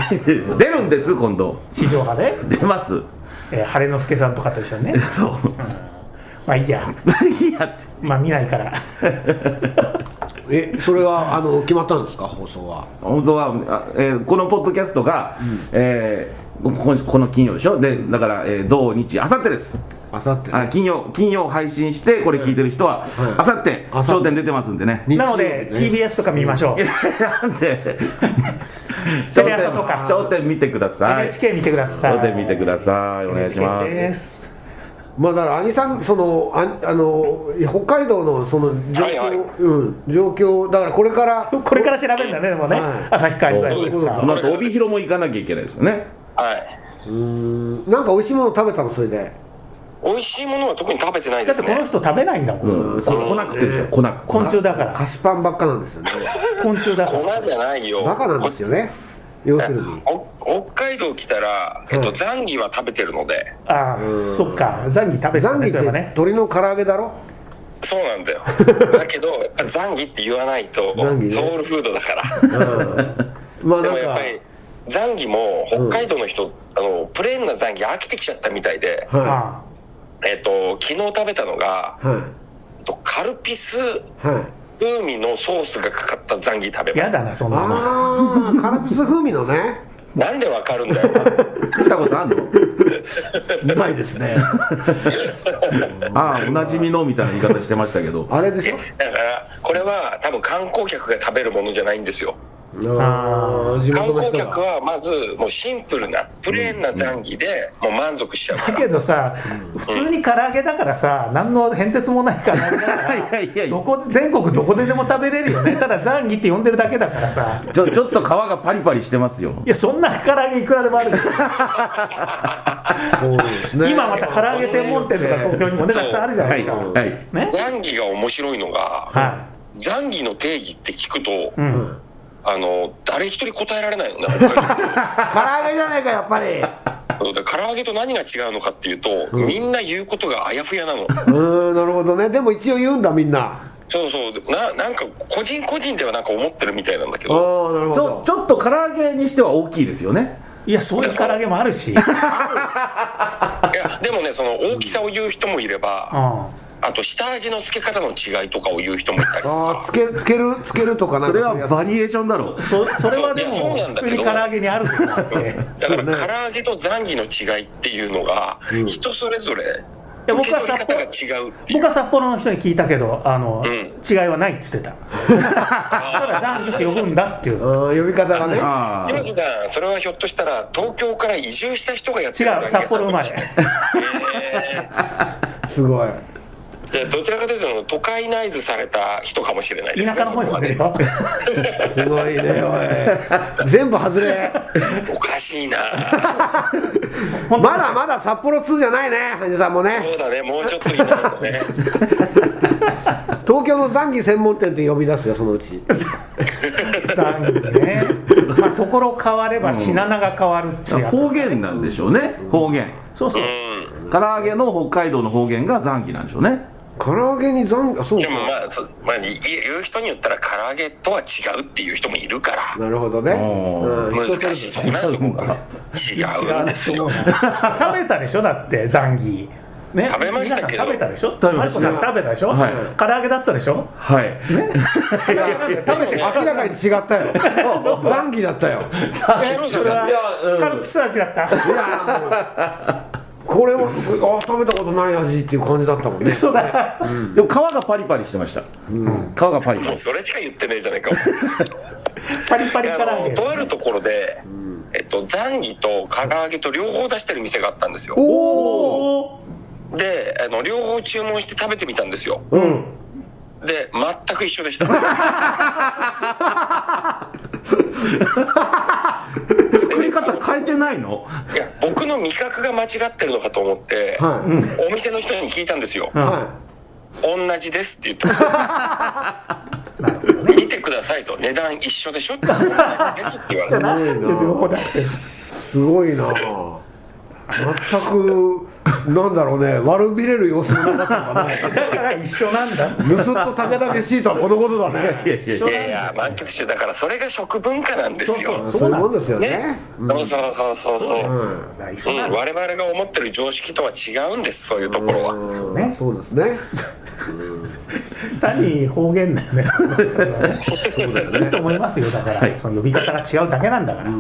[SPEAKER 1] 出るんです、今度、
[SPEAKER 2] 地上波ね、
[SPEAKER 1] 出ます、
[SPEAKER 2] えー、晴れ之助さんとかと一緒にね
[SPEAKER 1] そう、
[SPEAKER 2] まあいいや
[SPEAKER 1] 何やって、
[SPEAKER 2] まあ見ないから
[SPEAKER 4] えそれはあの決まったんですか放送は
[SPEAKER 1] 本当は、あえーこのポッドキャストが、えーここの金曜でしょ、でだから、えー土日、あさってです。
[SPEAKER 4] あさって
[SPEAKER 1] あ金曜金曜配信してこれ聞いてる人はあさって
[SPEAKER 4] 明
[SPEAKER 1] 『
[SPEAKER 4] 後日
[SPEAKER 1] 笑点』出てますんでね
[SPEAKER 4] 日曜
[SPEAKER 2] なので
[SPEAKER 4] ね
[SPEAKER 2] TBS とか見ましょう
[SPEAKER 1] なん で
[SPEAKER 2] テレ朝とか
[SPEAKER 1] 笑点見てください
[SPEAKER 2] NHK 見てください
[SPEAKER 1] 笑点見てくださいお願いしま
[SPEAKER 2] NHK ですす
[SPEAKER 4] まあだから兄さんそのああの北海道のその状況、
[SPEAKER 3] はいはい
[SPEAKER 4] うん状況だからこれから
[SPEAKER 2] これから調べるんだねでもね、
[SPEAKER 4] はい
[SPEAKER 2] 旭川に
[SPEAKER 1] そう
[SPEAKER 3] です
[SPEAKER 1] その後帯広も行かなきゃいけないですよね
[SPEAKER 3] はい。
[SPEAKER 4] うんなんか美味しいもの食べたのそれで
[SPEAKER 3] 美味しいものは特に食べてない
[SPEAKER 2] だ
[SPEAKER 3] で
[SPEAKER 2] って
[SPEAKER 3] す
[SPEAKER 2] この
[SPEAKER 3] ね。
[SPEAKER 2] 人食べないんだもん、
[SPEAKER 1] うんこ来なくてるでしょ来なく
[SPEAKER 2] 昆虫だから
[SPEAKER 4] 菓子パンばっかなんですよね
[SPEAKER 2] 昆虫だから
[SPEAKER 3] 粉じゃないよ。
[SPEAKER 4] バカなんですよね要するに
[SPEAKER 3] こお北海道来たら、えっ
[SPEAKER 4] う
[SPEAKER 3] と、
[SPEAKER 4] ん
[SPEAKER 3] ザンギは食べてるので、
[SPEAKER 2] ああそっかザンギ食べて
[SPEAKER 4] ザ
[SPEAKER 2] た
[SPEAKER 4] ンギっ
[SPEAKER 2] ねそ
[SPEAKER 4] て
[SPEAKER 2] れはね
[SPEAKER 4] 鶏の唐揚げだろ
[SPEAKER 3] そうなん だよだけどやっぱザンギって言わないと
[SPEAKER 4] ザンギね
[SPEAKER 3] ソウルフードだから
[SPEAKER 4] まあ
[SPEAKER 3] で
[SPEAKER 4] なん
[SPEAKER 3] もやっ
[SPEAKER 4] か
[SPEAKER 3] ぱりザンギも北海道の人、あのプレーンなザンギ飽きてきちゃったみたいで、
[SPEAKER 4] は
[SPEAKER 2] あ
[SPEAKER 3] えっと昨日食べたのが、
[SPEAKER 4] いは
[SPEAKER 3] えっとカルピス
[SPEAKER 4] いはい
[SPEAKER 3] 風味のソースがかかったザンギ食べ
[SPEAKER 2] あ
[SPEAKER 3] ま
[SPEAKER 2] や
[SPEAKER 3] し
[SPEAKER 2] だ
[SPEAKER 3] た
[SPEAKER 2] なそんなの
[SPEAKER 4] ああカルピス風味のね
[SPEAKER 3] なんでわかるんだよ
[SPEAKER 1] 食ったことあ んの
[SPEAKER 4] うまいです ね
[SPEAKER 1] ああおなじみのみたいな言い方してましたけど
[SPEAKER 4] あれでしょ
[SPEAKER 3] だからこれは多分観光客が食べるものじゃないんですよ
[SPEAKER 4] あー地
[SPEAKER 3] 観
[SPEAKER 4] 元の
[SPEAKER 3] 光
[SPEAKER 4] 人
[SPEAKER 3] 客
[SPEAKER 4] が
[SPEAKER 3] はまずもうシンプルなプレーンな残儀でもう満足しちゃうか
[SPEAKER 2] だ
[SPEAKER 3] ら
[SPEAKER 2] けどさ、普通に唐揚げだからさ、何の変哲もないから揚げだから
[SPEAKER 1] いやいやいや
[SPEAKER 2] どこ全国どこででも食べれるよね、ただザンギって呼んでるだけだからさ、
[SPEAKER 1] ちょちょっと皮がパリパリしてますよ
[SPEAKER 2] いや、そんな唐揚げいくらでもある、
[SPEAKER 4] そ うですね
[SPEAKER 2] 今また唐揚げ専門店とか東京にもね、
[SPEAKER 3] そう
[SPEAKER 2] たくさんあるじゃな
[SPEAKER 1] はい
[SPEAKER 2] で
[SPEAKER 1] い
[SPEAKER 2] すか。
[SPEAKER 1] はい
[SPEAKER 2] ね、
[SPEAKER 3] 残儀が面白いのが、
[SPEAKER 2] は
[SPEAKER 3] 残儀の定義って聞くと、
[SPEAKER 2] い、うん、
[SPEAKER 3] あの誰一人答えられないのね北海
[SPEAKER 4] 唐揚げじゃないかやっぱりう
[SPEAKER 3] 道で唐揚げと何が違うのかっていうと、みんな言うことがあやふやなの
[SPEAKER 4] ーんなるほどねでも一応言うんだみんなあ
[SPEAKER 3] そうそうななんか個人個人ではなんか思ってるみたいなんだけ
[SPEAKER 4] あ
[SPEAKER 3] ど
[SPEAKER 4] ーなるほ
[SPEAKER 1] ちょ
[SPEAKER 4] ど
[SPEAKER 1] ちょっと唐揚げにしては大きいですよね
[SPEAKER 2] いや、そういう唐揚げもある し、うん、
[SPEAKER 3] いやでもねその大きさを言う人もいれば、あと下味の付け方の違いとかを言う人もいたりと
[SPEAKER 4] あ
[SPEAKER 3] か
[SPEAKER 4] あつけつけるつけるとかな
[SPEAKER 1] そ
[SPEAKER 4] んか
[SPEAKER 1] れ
[SPEAKER 4] そ
[SPEAKER 1] は
[SPEAKER 4] ういうやつ
[SPEAKER 1] バリエーションだろう
[SPEAKER 2] そそれはで
[SPEAKER 3] そう
[SPEAKER 2] も
[SPEAKER 3] いやそうなん、だ
[SPEAKER 2] 普通
[SPEAKER 3] け
[SPEAKER 2] に
[SPEAKER 3] ど
[SPEAKER 2] 唐揚げにあることだって、い
[SPEAKER 3] だから
[SPEAKER 4] そうね
[SPEAKER 3] 唐揚げと残儀の違いっていうのが、人それぞれ
[SPEAKER 2] や
[SPEAKER 3] 受
[SPEAKER 2] 僕
[SPEAKER 3] け
[SPEAKER 2] は
[SPEAKER 3] 取り
[SPEAKER 2] 札
[SPEAKER 3] 方が
[SPEAKER 2] 幌
[SPEAKER 3] 違うっていう
[SPEAKER 2] 僕は札幌の人に聞いたけど、あの
[SPEAKER 3] うん
[SPEAKER 2] 違いはないって 言ってた、ただザンギって呼ぶんだっていう。
[SPEAKER 4] うん呼び方がね
[SPEAKER 1] あ
[SPEAKER 3] 広瀬さんそれはひょっとしたら東京から移住した人がやってる
[SPEAKER 2] 違う札幌生まれ
[SPEAKER 3] え
[SPEAKER 4] すごい
[SPEAKER 3] ーじゃあどちらかというと都会ナイズされた人かもしれないです
[SPEAKER 2] 田
[SPEAKER 3] ね
[SPEAKER 2] 舎の方に住
[SPEAKER 3] そこ
[SPEAKER 2] ん
[SPEAKER 3] は
[SPEAKER 2] でる
[SPEAKER 3] ね
[SPEAKER 2] よ。
[SPEAKER 4] すごいねおい全部外れ
[SPEAKER 3] おかしいな
[SPEAKER 2] 本 当
[SPEAKER 4] ま だまだ札幌通じゃないね羽生さんもね
[SPEAKER 3] そうだねもうちょっといないと ね
[SPEAKER 4] 東京の残儀専門店って呼び出すよそのうち
[SPEAKER 2] 残念ね。まあところ変われば品名が変わるっていう
[SPEAKER 1] あ
[SPEAKER 2] やつ
[SPEAKER 1] 方言なんでしょうね方言
[SPEAKER 2] そうそう。
[SPEAKER 1] 唐揚げの北海道の方言が残機なんでしょうね
[SPEAKER 4] 唐揚げに残儀あそう
[SPEAKER 3] でも
[SPEAKER 4] か
[SPEAKER 3] まあそ、まあ、い言う人によったら唐揚げとは違うっていう人もいるから
[SPEAKER 4] なるほどね
[SPEAKER 1] お
[SPEAKER 4] うん人それ
[SPEAKER 3] 難しいとこなんですよ僕は違うんですよ
[SPEAKER 2] 食べたでしょだってザンギ。ね。
[SPEAKER 3] 食べましたけ
[SPEAKER 2] 皆
[SPEAKER 3] ど
[SPEAKER 2] さん食べたでしょ。
[SPEAKER 1] 食べました
[SPEAKER 2] マリコさん食べたでしょ。
[SPEAKER 1] はい
[SPEAKER 2] 唐揚げだったでしょ。
[SPEAKER 1] はい
[SPEAKER 2] 食べて
[SPEAKER 4] 明らかに違った よ残儀だったよ
[SPEAKER 3] 広
[SPEAKER 2] そ
[SPEAKER 3] 瀬
[SPEAKER 2] れ
[SPEAKER 3] さん
[SPEAKER 2] はカルピス味だった。
[SPEAKER 4] いやも うこれをあ食べたことない味っていう感じだったもんね
[SPEAKER 2] そうだ。
[SPEAKER 1] でも皮がパリパリしてました、皮がパリパ
[SPEAKER 3] もう
[SPEAKER 1] リ
[SPEAKER 3] それしか言ってねえじゃないか
[SPEAKER 2] パリパリ唐
[SPEAKER 3] あ
[SPEAKER 2] 揚
[SPEAKER 3] の
[SPEAKER 2] げ。
[SPEAKER 3] とあるところで、えっと、ザンギと唐揚げと両方出してる店があったんですよ
[SPEAKER 4] おお
[SPEAKER 3] であの両方注文して食べてみたんですよ
[SPEAKER 4] うん
[SPEAKER 3] で全く一緒でし たい
[SPEAKER 1] 作り方変えてないの
[SPEAKER 3] や僕の味覚が間違ってるのかと思って、
[SPEAKER 4] は
[SPEAKER 3] お店の人に聞いたんですよ
[SPEAKER 4] いはい
[SPEAKER 3] 「同じです」って言ってました見てくださいと値段一緒でしょって「同じで す」って言われて
[SPEAKER 2] なんで両方出してる。
[SPEAKER 4] すごいなあ全くなんだろうね悪びれる様子もなかったのかね
[SPEAKER 2] だから一緒なんだ。
[SPEAKER 4] 盗っ人武田シートはこのことだね
[SPEAKER 2] 一緒
[SPEAKER 3] い
[SPEAKER 2] なん
[SPEAKER 3] やい
[SPEAKER 2] だ。
[SPEAKER 3] や満喫してだからそれが食文化なんですよ
[SPEAKER 4] そういうもんですよね
[SPEAKER 3] ねそうそうそうそうそう、
[SPEAKER 2] 一
[SPEAKER 3] う
[SPEAKER 2] 緒
[SPEAKER 3] ん、
[SPEAKER 2] なんだ。
[SPEAKER 3] 我々が思ってる常識とは違うんですそういうところは
[SPEAKER 4] うん
[SPEAKER 2] ね
[SPEAKER 4] そうですね
[SPEAKER 2] 単に方言だよね。いいと思いますよ、だから、その呼び方が違うだけなんだから、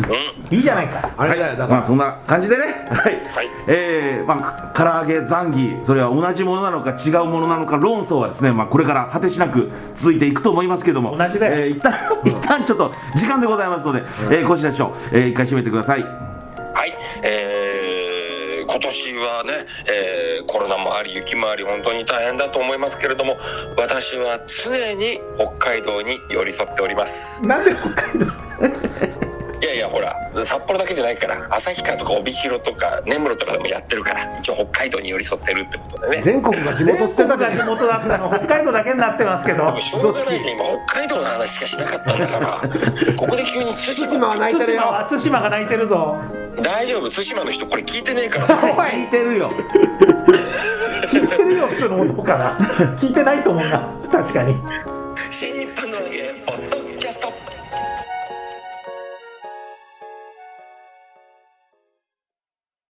[SPEAKER 2] いいじゃないか。
[SPEAKER 4] あれだよだ
[SPEAKER 1] まあ
[SPEAKER 4] か
[SPEAKER 1] そんな感じでねはい、
[SPEAKER 3] はい
[SPEAKER 1] えーまあ唐揚げ残儀それは同じものなのか違うものなのか論争はですね、まあ、これから果てしなく続いていくと思いますけども
[SPEAKER 2] 同じだよ
[SPEAKER 1] えー一旦一旦ちょっと時間でございますので、えー、こちら師匠、えー一回締めてください
[SPEAKER 3] はい、えー今年はね、えーコロナもあり雪もあり本当に大変だと思いますけれども私は常に北海道に寄り添っております
[SPEAKER 2] なんで北海道
[SPEAKER 3] いやいやほら札幌だけじゃないから旭川とか帯広とか根室とかでもやってるから一応北海道に寄り添ってるってことで
[SPEAKER 4] ら
[SPEAKER 3] ね
[SPEAKER 4] 全国が地元
[SPEAKER 2] 全
[SPEAKER 4] って言
[SPEAKER 2] 国
[SPEAKER 4] った
[SPEAKER 2] が
[SPEAKER 4] け
[SPEAKER 2] 地
[SPEAKER 4] ど
[SPEAKER 2] 元だったの、北海道だけになってますけど、
[SPEAKER 3] しょうがないじゃん今北海道の話しかしなかったんだから ここで急に対
[SPEAKER 4] 対馬は
[SPEAKER 3] 馬
[SPEAKER 4] 泣いて
[SPEAKER 2] 対
[SPEAKER 4] る
[SPEAKER 2] 馬
[SPEAKER 4] よ
[SPEAKER 2] は、対馬が泣いてるぞ、
[SPEAKER 3] 大丈夫対馬の人これ聞いてねえからさ
[SPEAKER 1] 聞いてるよ
[SPEAKER 2] 聞いてるよ、普通の男から、聞いてないと思うな、確かに、